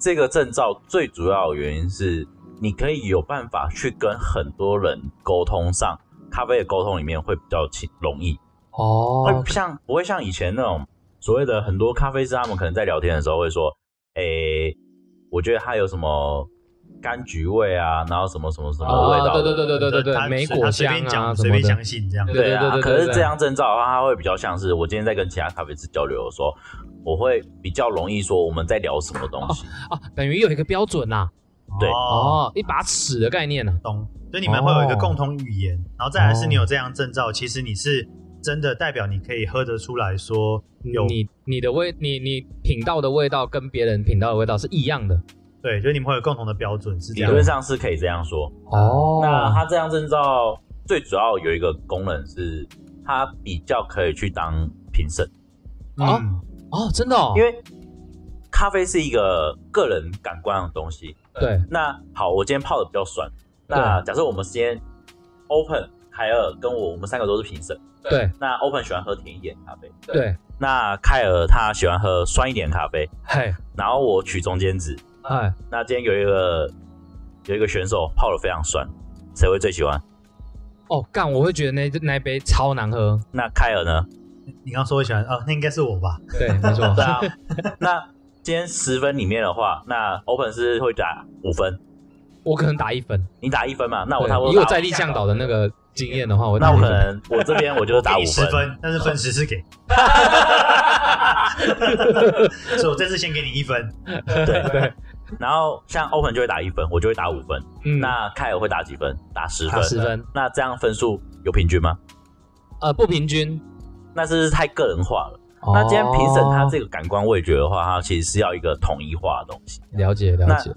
Speaker 5: 这个证照最主要的原因是，你可以有办法去跟很多人沟通上，咖啡的沟通里面会比较轻容易，
Speaker 4: 哦
Speaker 5: 会，像不会像以前那种所谓的很多咖啡师，他们可能在聊天的时候会说，诶、我觉得它有什么。柑橘味啊，然后什么什么什么味道的、
Speaker 4: 啊对对对对对对
Speaker 1: 他
Speaker 4: 对，莓果
Speaker 1: 他随
Speaker 4: 香
Speaker 1: 便
Speaker 4: 啊
Speaker 1: 讲，
Speaker 4: 什
Speaker 1: 随
Speaker 4: 么
Speaker 1: 便
Speaker 4: 的
Speaker 1: 相。信这样。
Speaker 4: 对
Speaker 5: 对啊，
Speaker 4: 对对对
Speaker 5: 可
Speaker 4: 对
Speaker 5: 是这张证照的话，它会比较像是我今天在跟其他咖啡师交流的时候，我会比较容易说我们在聊什么东西。
Speaker 4: 啊，等于有一个标准啦、
Speaker 5: 对
Speaker 1: 哦，
Speaker 4: 哦，一把尺的概念呢、
Speaker 1: 懂。所以你们会有一个
Speaker 4: 哦
Speaker 1: 共同语言，然后再来是你
Speaker 4: 哦
Speaker 1: 有这样证照，其实你是真的代表你可以喝得出来说有
Speaker 4: 你你的味，你你品到的味道跟别人品到的味道是一样的
Speaker 1: 对，就是你们会有共同的标准是这
Speaker 5: 理
Speaker 1: 样。
Speaker 5: 论上是可以这样说。
Speaker 4: 哦
Speaker 5: 那它这张证照最主要有一个功能是，它比较可以去当评审，
Speaker 4: 啊
Speaker 1: 嗯，
Speaker 4: 哦，真的哦，
Speaker 5: 因为咖啡是一个个人感官的东西。
Speaker 4: 对
Speaker 5: 那好，我今天泡的比较爽。那假设我们今天 Open、凯尔跟我，我们三个都是评审。
Speaker 4: 对
Speaker 5: 那 Open 喜欢喝甜一点的咖啡，
Speaker 4: 对，
Speaker 5: 那凯尔他喜欢喝酸一点的咖啡，
Speaker 4: 嘿，
Speaker 5: 然后我取中间值。
Speaker 4: 哎，
Speaker 5: 那今天有一个有一个选手泡的非常酸，谁会最喜欢？
Speaker 4: 哦，干，我会觉得那那一杯超难喝，
Speaker 5: 那凯 尔呢？
Speaker 1: 你刚刚说会喜欢啊，那应该是我吧？
Speaker 4: 对，没错，
Speaker 5: 对啊，那今天十分里面的话，那 Open 是会打五分，
Speaker 4: 我可能打一分，
Speaker 5: 你打一分嘛？那我
Speaker 4: 对
Speaker 5: 差不多
Speaker 4: 以我
Speaker 5: 打
Speaker 4: 在地向导的那个经验的话，我
Speaker 5: 那
Speaker 4: 打
Speaker 5: 我
Speaker 4: 一
Speaker 5: 可
Speaker 4: 分，
Speaker 5: 能我这边我就是打
Speaker 1: 给
Speaker 5: 五
Speaker 1: 你十分，但是分十是给，所以我这次先给你一分。
Speaker 5: 对对。然后像 Open 就会打一分，我就会打五分。
Speaker 4: 嗯，
Speaker 5: 那凯尔会打几分？打十
Speaker 4: 打
Speaker 5: 分。
Speaker 4: 十分，
Speaker 5: 那这样分数有平均吗？
Speaker 4: 呃，不平均。
Speaker 5: 那是不是太个人化了。那今天评审他
Speaker 4: 哦
Speaker 5: 这个感官味觉的话，它其实是要一个统一化的东西。
Speaker 4: 了解了
Speaker 5: 那
Speaker 4: 解，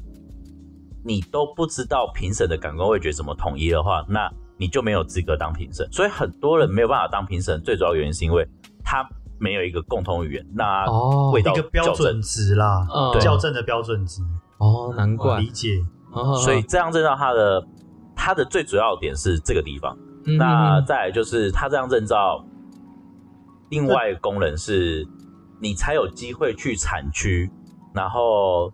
Speaker 5: 你都不知道评审的感官味觉怎么统一的话，那你就没有资格当评审。所以很多人没有办法当评审，最主要原因是因为他没有一个共同语言，那他
Speaker 4: 哦
Speaker 5: 味
Speaker 1: 一
Speaker 5: 道
Speaker 1: 个标
Speaker 5: 校正
Speaker 1: 准。值啦，
Speaker 4: 嗯
Speaker 1: 校正的标准值，
Speaker 4: 哦，难
Speaker 1: 我
Speaker 4: 怪
Speaker 1: 理，解。
Speaker 4: 哦
Speaker 5: 所以这样证照它的它的最主要点是这个地方。
Speaker 4: 嗯
Speaker 5: 那
Speaker 4: 嗯嗯
Speaker 5: 再来就是它这张证照，另外一个功能是，你才有机会去产区，然后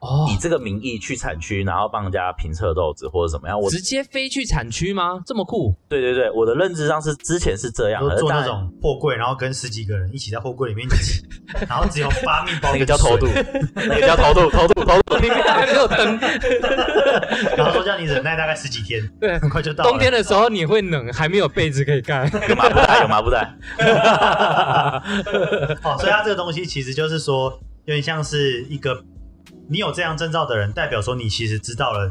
Speaker 4: 哦
Speaker 5: 以这个名义去产区，然后帮人家评测豆子或者怎么样。我
Speaker 4: 直接飞去产区吗？这么酷？
Speaker 5: 对对对，我的认知上是之前是这样，
Speaker 1: 都
Speaker 5: 可是
Speaker 1: 做那
Speaker 5: 当然
Speaker 1: 种货柜，然后跟十几个人一起在货柜里面挤，然后只有八面包
Speaker 5: 那
Speaker 1: 跟
Speaker 5: 个叫偷渡
Speaker 1: 水，，
Speaker 5: 那个叫偷渡，偷渡，偷渡。
Speaker 4: 里面还没有灯，
Speaker 1: 然后说叫你忍耐大概十几天，
Speaker 4: 对
Speaker 1: 很快就到了。
Speaker 4: 冬天的时候你会冷，还没有被子可以盖。
Speaker 5: 有麻布袋，有麻布袋。
Speaker 1: 哦，所以它这个东西其实就是说，有点像是一个你有这样证照的人，代表说你其实知道了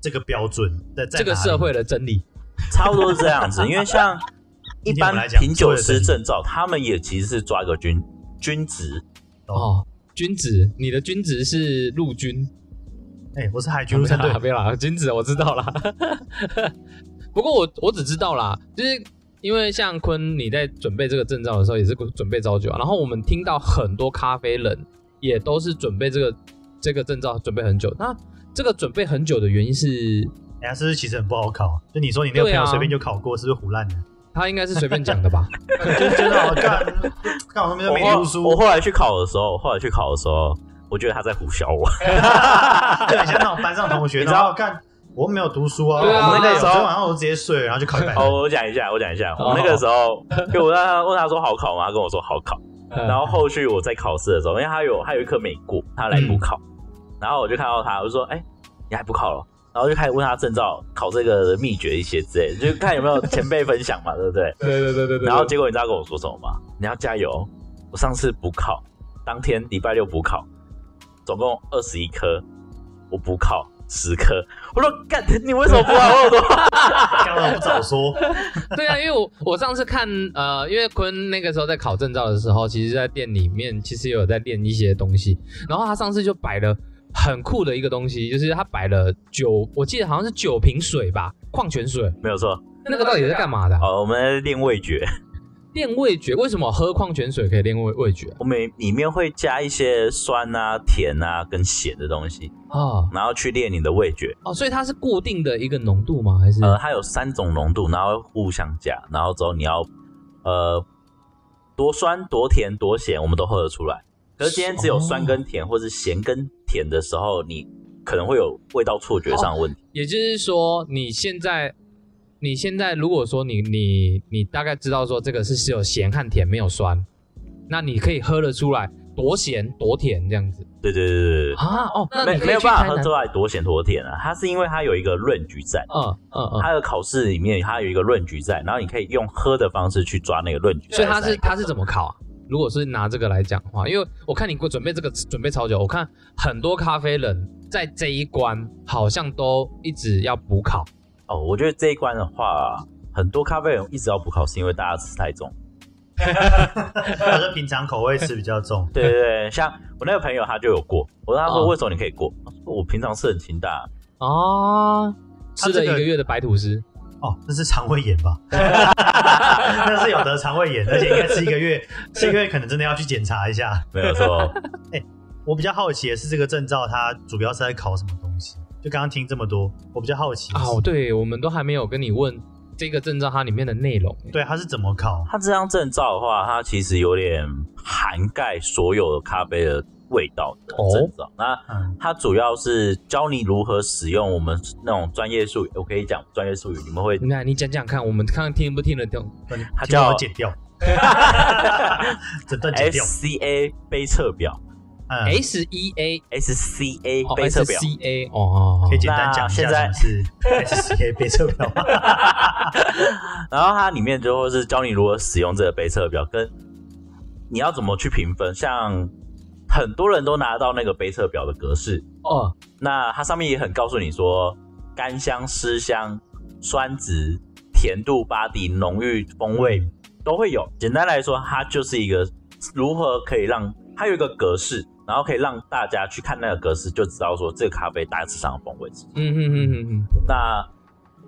Speaker 1: 这个标准在在
Speaker 4: 这个
Speaker 1: 哪里
Speaker 4: 社会的真理
Speaker 5: 差不多是这样子。因为像一
Speaker 1: 今天我
Speaker 5: 般
Speaker 1: 们来讲
Speaker 5: 品酒师
Speaker 1: 所
Speaker 5: 证照，他们也其实是抓一个均均值，
Speaker 1: 哦
Speaker 4: 哦。君子，你的君子是陆军
Speaker 1: 哎、我是海 军陆战 队
Speaker 4: 啊，没啦，金子我知道啦。 不过我我只知道啦，就是因为像坤你在准备这个证照的时候也是准备朝九、啊，然后我们听到很多咖啡人也都是准备这个这个证照准备很久。那这个准备很久的原因是，
Speaker 1: 人家哎是不是其实很不好考？就你说你那个朋
Speaker 4: 对
Speaker 1: 友
Speaker 4: 啊
Speaker 1: 随便就考过，是不是胡烂的？
Speaker 4: 他应该是随便讲的 吧？
Speaker 1: 就觉得好干，干我那边
Speaker 5: 我
Speaker 1: 没读书，
Speaker 5: 后我后来去考的时候，后来去考的时候，我觉得他在胡笑我。
Speaker 1: 就很像那种班上同学，
Speaker 5: 你知
Speaker 1: 然
Speaker 5: 道
Speaker 1: 后干我没有读书啊，
Speaker 4: 对啊
Speaker 1: 我们那
Speaker 5: 那
Speaker 1: 时
Speaker 5: 时
Speaker 1: 候
Speaker 5: 候
Speaker 1: 晚上我直接睡，然后就考一百分。
Speaker 5: 哦，我讲一下，我讲一下，
Speaker 4: 好
Speaker 5: 我那个时 候，就我让他问他说好考吗？他跟我说好考。然
Speaker 4: 然
Speaker 5: 后后续我在考试的时候，因为他有他有一科没过，他来补
Speaker 4: 嗯
Speaker 5: 考，然后我就看到他，我就说：“哎、你还不考了？”然后就开始问他证照考这个的秘诀一些之类的，就看有没有前辈分享嘛，对不 对？
Speaker 4: 对对对对对，
Speaker 5: 然后结果你知道跟我说什么吗？你要加油！我上次补考，当天礼拜六补考，总共二十一科，我补考十科。我说干，你为什么不考我有多 好？
Speaker 1: 干嘛不早说？
Speaker 4: 对啊，因为我我上次看呃，因为坤那个时候在考证照的时候，其实在店里面其实也有在练一些东西，然后他上次就摆了很酷的一个东西，就是他摆了九，我记得好像是九瓶水吧，矿泉水，
Speaker 5: 没有错，
Speaker 4: 那个到底是干嘛的啊、
Speaker 5: 哦，我们在练味觉，
Speaker 4: 练味觉？为什么喝矿泉水可以练味味觉
Speaker 5: 我们里面会加一些酸啊、甜啊跟咸的东西，
Speaker 4: 啊？哦
Speaker 5: 然后去练你的味觉。
Speaker 4: 哦，所以它是固定的一个浓度吗？还是、
Speaker 5: 呃，它有三种浓度，然后互相加，然后之后你要呃多酸、多甜、多咸，我们都喝得出来。可是今天只有
Speaker 4: 哦
Speaker 5: 酸跟甜，或是咸跟甜的时候，你可能会有味道错觉上的问题。
Speaker 4: 也就是说你现在？你现在如果说你你你大概知道说这个是只有咸和甜没有酸，那你可以喝得出来多咸多甜这样子
Speaker 5: 对对对对对
Speaker 4: 啊哦，那
Speaker 5: 没
Speaker 4: 你可以
Speaker 5: 没有
Speaker 4: 去
Speaker 5: 办
Speaker 4: 台
Speaker 5: 法喝
Speaker 4: 南
Speaker 5: 出来多咸多甜啊，它是因为它有一个润局在，
Speaker 4: 嗯嗯嗯，
Speaker 5: 它的考试里面它有一个润局在，然后你可以用喝的方式去抓那个润局在
Speaker 4: 所
Speaker 5: 的
Speaker 4: 以
Speaker 5: 那
Speaker 4: 他
Speaker 5: 一个。
Speaker 4: 是他是怎么考啊？如果是拿这个来讲的话，因为我看你给我准备这个准备超久，我看很多咖啡人在这一关好像都一直要补考
Speaker 5: 哦，我觉得这一关的话，很多咖啡人一直要补考，是因为大家吃太重。
Speaker 1: 反正平常口味吃比较重，
Speaker 5: 对对对，像我那个朋友他就有过，我问他说
Speaker 1: 嗯
Speaker 4: 哦
Speaker 5: 为什么你可以过，他说我平常吃很清淡，
Speaker 4: 啊，
Speaker 1: 他
Speaker 4: 吃
Speaker 1: 这
Speaker 4: 了
Speaker 1: 个
Speaker 4: 一个月的白吐司，
Speaker 1: 哦，那是肠胃炎吧？ 那是有得肠胃炎，而且应该吃一个月，吃一个月可能真的要去检查一下。
Speaker 5: 没 有错。
Speaker 1: 我比较好奇的是，这个证照它主要是在考什么东西？就刚刚听这么多，我比较好奇的是
Speaker 4: 哦，对，我们都还没有跟你问这个证照它里面的内容。
Speaker 1: 对，它是怎么考？
Speaker 5: 他这张证照的话，它其实有点涵盖所有的咖啡的味道的
Speaker 1: 哦
Speaker 5: 证照。那
Speaker 1: 嗯，
Speaker 5: 它主要是教你如何使用我们那种专业术语，我可以讲专业术语，你们
Speaker 1: 嗯
Speaker 5: 会
Speaker 4: 那你讲讲看，我们看看听不听得懂？
Speaker 5: 它
Speaker 1: 请帮
Speaker 5: 叫
Speaker 1: 我剪掉，整段剪掉。
Speaker 5: SCA 杯测表
Speaker 1: 嗯，
Speaker 4: S E A
Speaker 5: ，SCA
Speaker 4: 哦
Speaker 5: 杯测
Speaker 4: S
Speaker 5: 表
Speaker 4: C A 哦哦，哦
Speaker 1: 可以简单讲一下
Speaker 5: 那现在
Speaker 1: 什么是 SCA 杯测表吗？
Speaker 5: 然后它里面就会是教你如何使用这个杯测表，跟你要怎么去评分。像很多人都拿到那个杯测表的格式，
Speaker 4: 哦，
Speaker 5: 那它上面也很告诉你说，干香、湿香、酸值、甜度、巴底、浓郁、风味都会有。简单来说，它就是一个如何可以让它有一个格式，然后可以让大家去看那个格式，就知道说这个咖啡大致上的风味是什么。
Speaker 4: 嗯嗯嗯嗯嗯，
Speaker 5: 那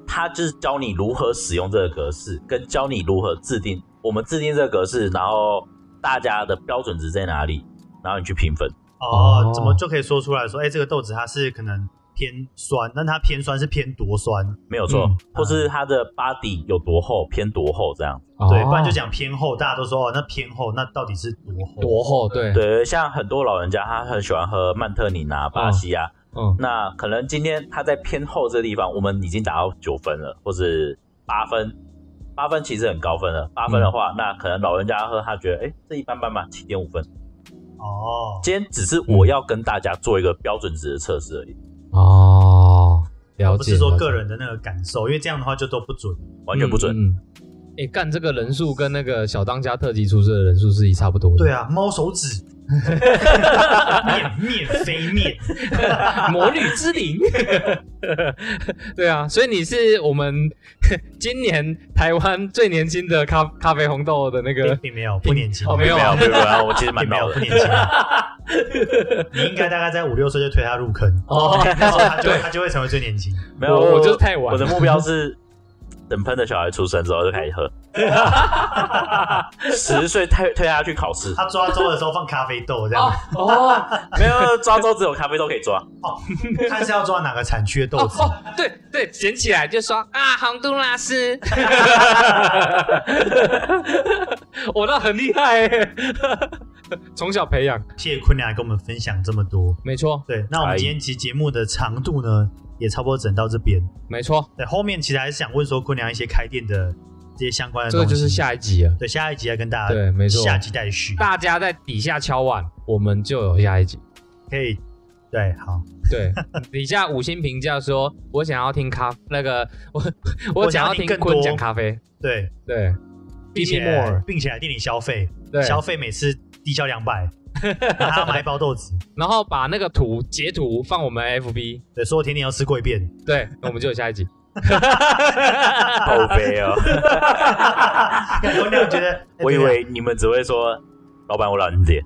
Speaker 5: 他就是教你如何使用这个格式，跟教你如何制定。我们制定这个格式，然后大家的标准值在哪里，然后你去评分。
Speaker 1: 哦
Speaker 4: 哦，
Speaker 1: 怎么就可以说出来说，哎、这个豆子它是可能偏酸，但它偏酸是偏多酸，
Speaker 5: 没有错，
Speaker 4: 嗯
Speaker 5: 或是它的 body 有多厚，偏多厚这样。
Speaker 1: 对，不然就
Speaker 4: 讲
Speaker 1: 讲偏厚，大家都说哦，那偏厚，那到底是多厚？
Speaker 4: 多厚，对，
Speaker 5: 对，像很多老人家，他很喜欢喝曼特宁啊、巴西啊。
Speaker 4: 嗯，
Speaker 5: 那可能今天他在偏厚这地方，我们已经打到九分了，或是八分。八分其实很高分了，八
Speaker 4: 嗯
Speaker 5: 分的话，那可能老人家喝，他觉得哎、诶这一般般吧，七点五分。
Speaker 1: 哦，
Speaker 5: 今天只是我要跟大家做一个标准值的测试而已，
Speaker 4: 哦，了解，
Speaker 1: 不是说个
Speaker 4: 人
Speaker 1: 人的那个感受，因为这样的话就都不准。
Speaker 5: 完全不准。
Speaker 4: 嗯，哎、干这个人数跟那个小当家特级厨师的人数是一差不多的。
Speaker 1: 对啊，猫手指，面面飞面，
Speaker 4: 魔女之灵。对啊，所以你是我们今年台湾最年轻的咖咖啡红豆的那
Speaker 1: 并
Speaker 4: 个。
Speaker 1: 并没有不年轻，
Speaker 4: 哦没有
Speaker 5: 啊没有没有，没有我其实蛮
Speaker 1: 并没
Speaker 5: 老
Speaker 1: 有
Speaker 5: 的
Speaker 1: 不。年轻，你应该大概在五六岁就推他入坑，
Speaker 4: 哦，
Speaker 1: 那时候他就
Speaker 4: 对
Speaker 1: 他就会成为最年轻。
Speaker 5: 没有，
Speaker 4: 我我就是太晚了
Speaker 5: 我的目标是等喷的小孩出生之后就开 始喝，十岁推推他去考 试，
Speaker 1: 他抓周的时候放咖啡豆这样，
Speaker 4: 哦
Speaker 5: 没有抓周只有咖啡豆可以 抓。
Speaker 1: 看是要抓哪个产区的豆子。
Speaker 4: 哦，对对，捡起来就说啊，洪都拉斯， 我那很厉害 耶，从小培养，
Speaker 1: 谢谢坤良跟我们分享这么多。
Speaker 4: 没错
Speaker 1: 对，那我们
Speaker 5: 哎
Speaker 1: 今天其实节目的长度呢，也差不多整到这边。
Speaker 4: 没错，
Speaker 1: 对，后面其实还是想问说坤良一些开店的这些相关的
Speaker 4: 这
Speaker 1: 东
Speaker 4: 个
Speaker 1: 西。
Speaker 4: 就是下一集了，
Speaker 1: 对下一集再跟大家
Speaker 4: 对没错
Speaker 1: 下集待续
Speaker 4: 大家在底下敲碗，我们就有下一集。
Speaker 1: 可以。对，好，
Speaker 4: 对， 底下五星评价说，我想要听咖那个， 我
Speaker 1: 我
Speaker 4: 我
Speaker 1: 想
Speaker 4: 想
Speaker 1: 要
Speaker 4: 要
Speaker 1: 听
Speaker 4: 听
Speaker 1: 更多
Speaker 4: 坤讲咖啡，
Speaker 1: 对，
Speaker 4: 对
Speaker 1: 并
Speaker 4: ，Give
Speaker 1: 且
Speaker 4: me more，
Speaker 1: 并且来店里消费，
Speaker 4: 对，
Speaker 1: 消费每次低消两百， 然后还要买一包豆子。
Speaker 4: 然后把那个图截图放我们 FB，
Speaker 1: 对，所有甜点要吃过一遍。
Speaker 4: 对，那我们就有下一集。
Speaker 5: 好悲哦！
Speaker 1: 坤良觉得，哎啊
Speaker 5: 我以为你们只会说，老板我懒点，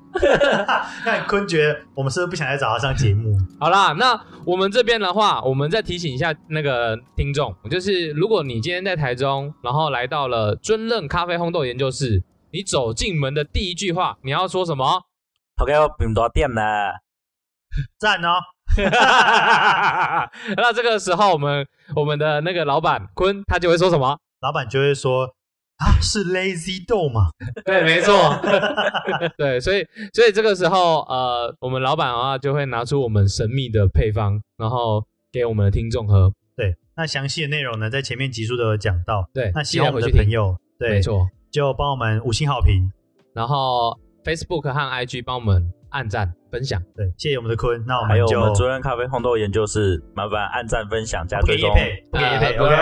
Speaker 1: 那坤觉得我们是不是不想再找他上节目？
Speaker 4: 好啦，那我们这边的话，我们再提醒一下那个听众，就是如果你今天在台中，然后来到了尊任咖啡烘豆研究室，你走进门的第一句话，你要说 什么？
Speaker 5: 他给我饼多店呢，
Speaker 1: 赞哦，
Speaker 4: 那这个时候，我们我们的那个老板坤他就会说什么？
Speaker 1: 老板就会说啊，是 lazy 豆嘛？
Speaker 4: 对，没错，对，所以所以这个时候，呃，我们老板的话就会拿出我们神秘的配方，然后给我们的听众喝。
Speaker 1: 对，那详细的内容呢，在前面集数都有讲到。
Speaker 4: 对，
Speaker 1: 那希
Speaker 4: 你
Speaker 1: 望我
Speaker 4: 要
Speaker 1: 们
Speaker 4: 回
Speaker 1: 的
Speaker 4: 去
Speaker 1: 朋
Speaker 4: 听，
Speaker 1: 友对
Speaker 4: 没，错。
Speaker 1: 就帮我们五星好评。
Speaker 4: 然后 Facebook 和 IG 帮我们按赞、分享。
Speaker 1: 对，谢谢我们的坤，
Speaker 4: 哦
Speaker 1: 那我
Speaker 5: 还
Speaker 1: 们
Speaker 5: 有我
Speaker 1: 就
Speaker 5: 们主任咖啡烘豆研究室，麻烦按赞、分享加
Speaker 1: 不给
Speaker 5: 追
Speaker 1: 叶
Speaker 5: 踪。
Speaker 1: 配，不给叶配
Speaker 4: 呃
Speaker 1: ，OK。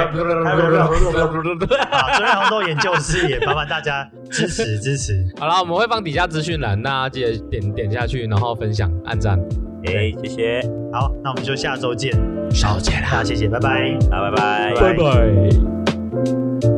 Speaker 1: 还有没有啊，主任红豆研究室也麻烦大家支持支持。
Speaker 4: 好了，我们会放底下资讯栏，大家记得点点下去，然后分享、按赞。
Speaker 5: 哎，谢谢，
Speaker 1: 好，那我们就下周见，少见啦，谢谢，拜拜。
Speaker 5: 那拜拜。
Speaker 4: 拜。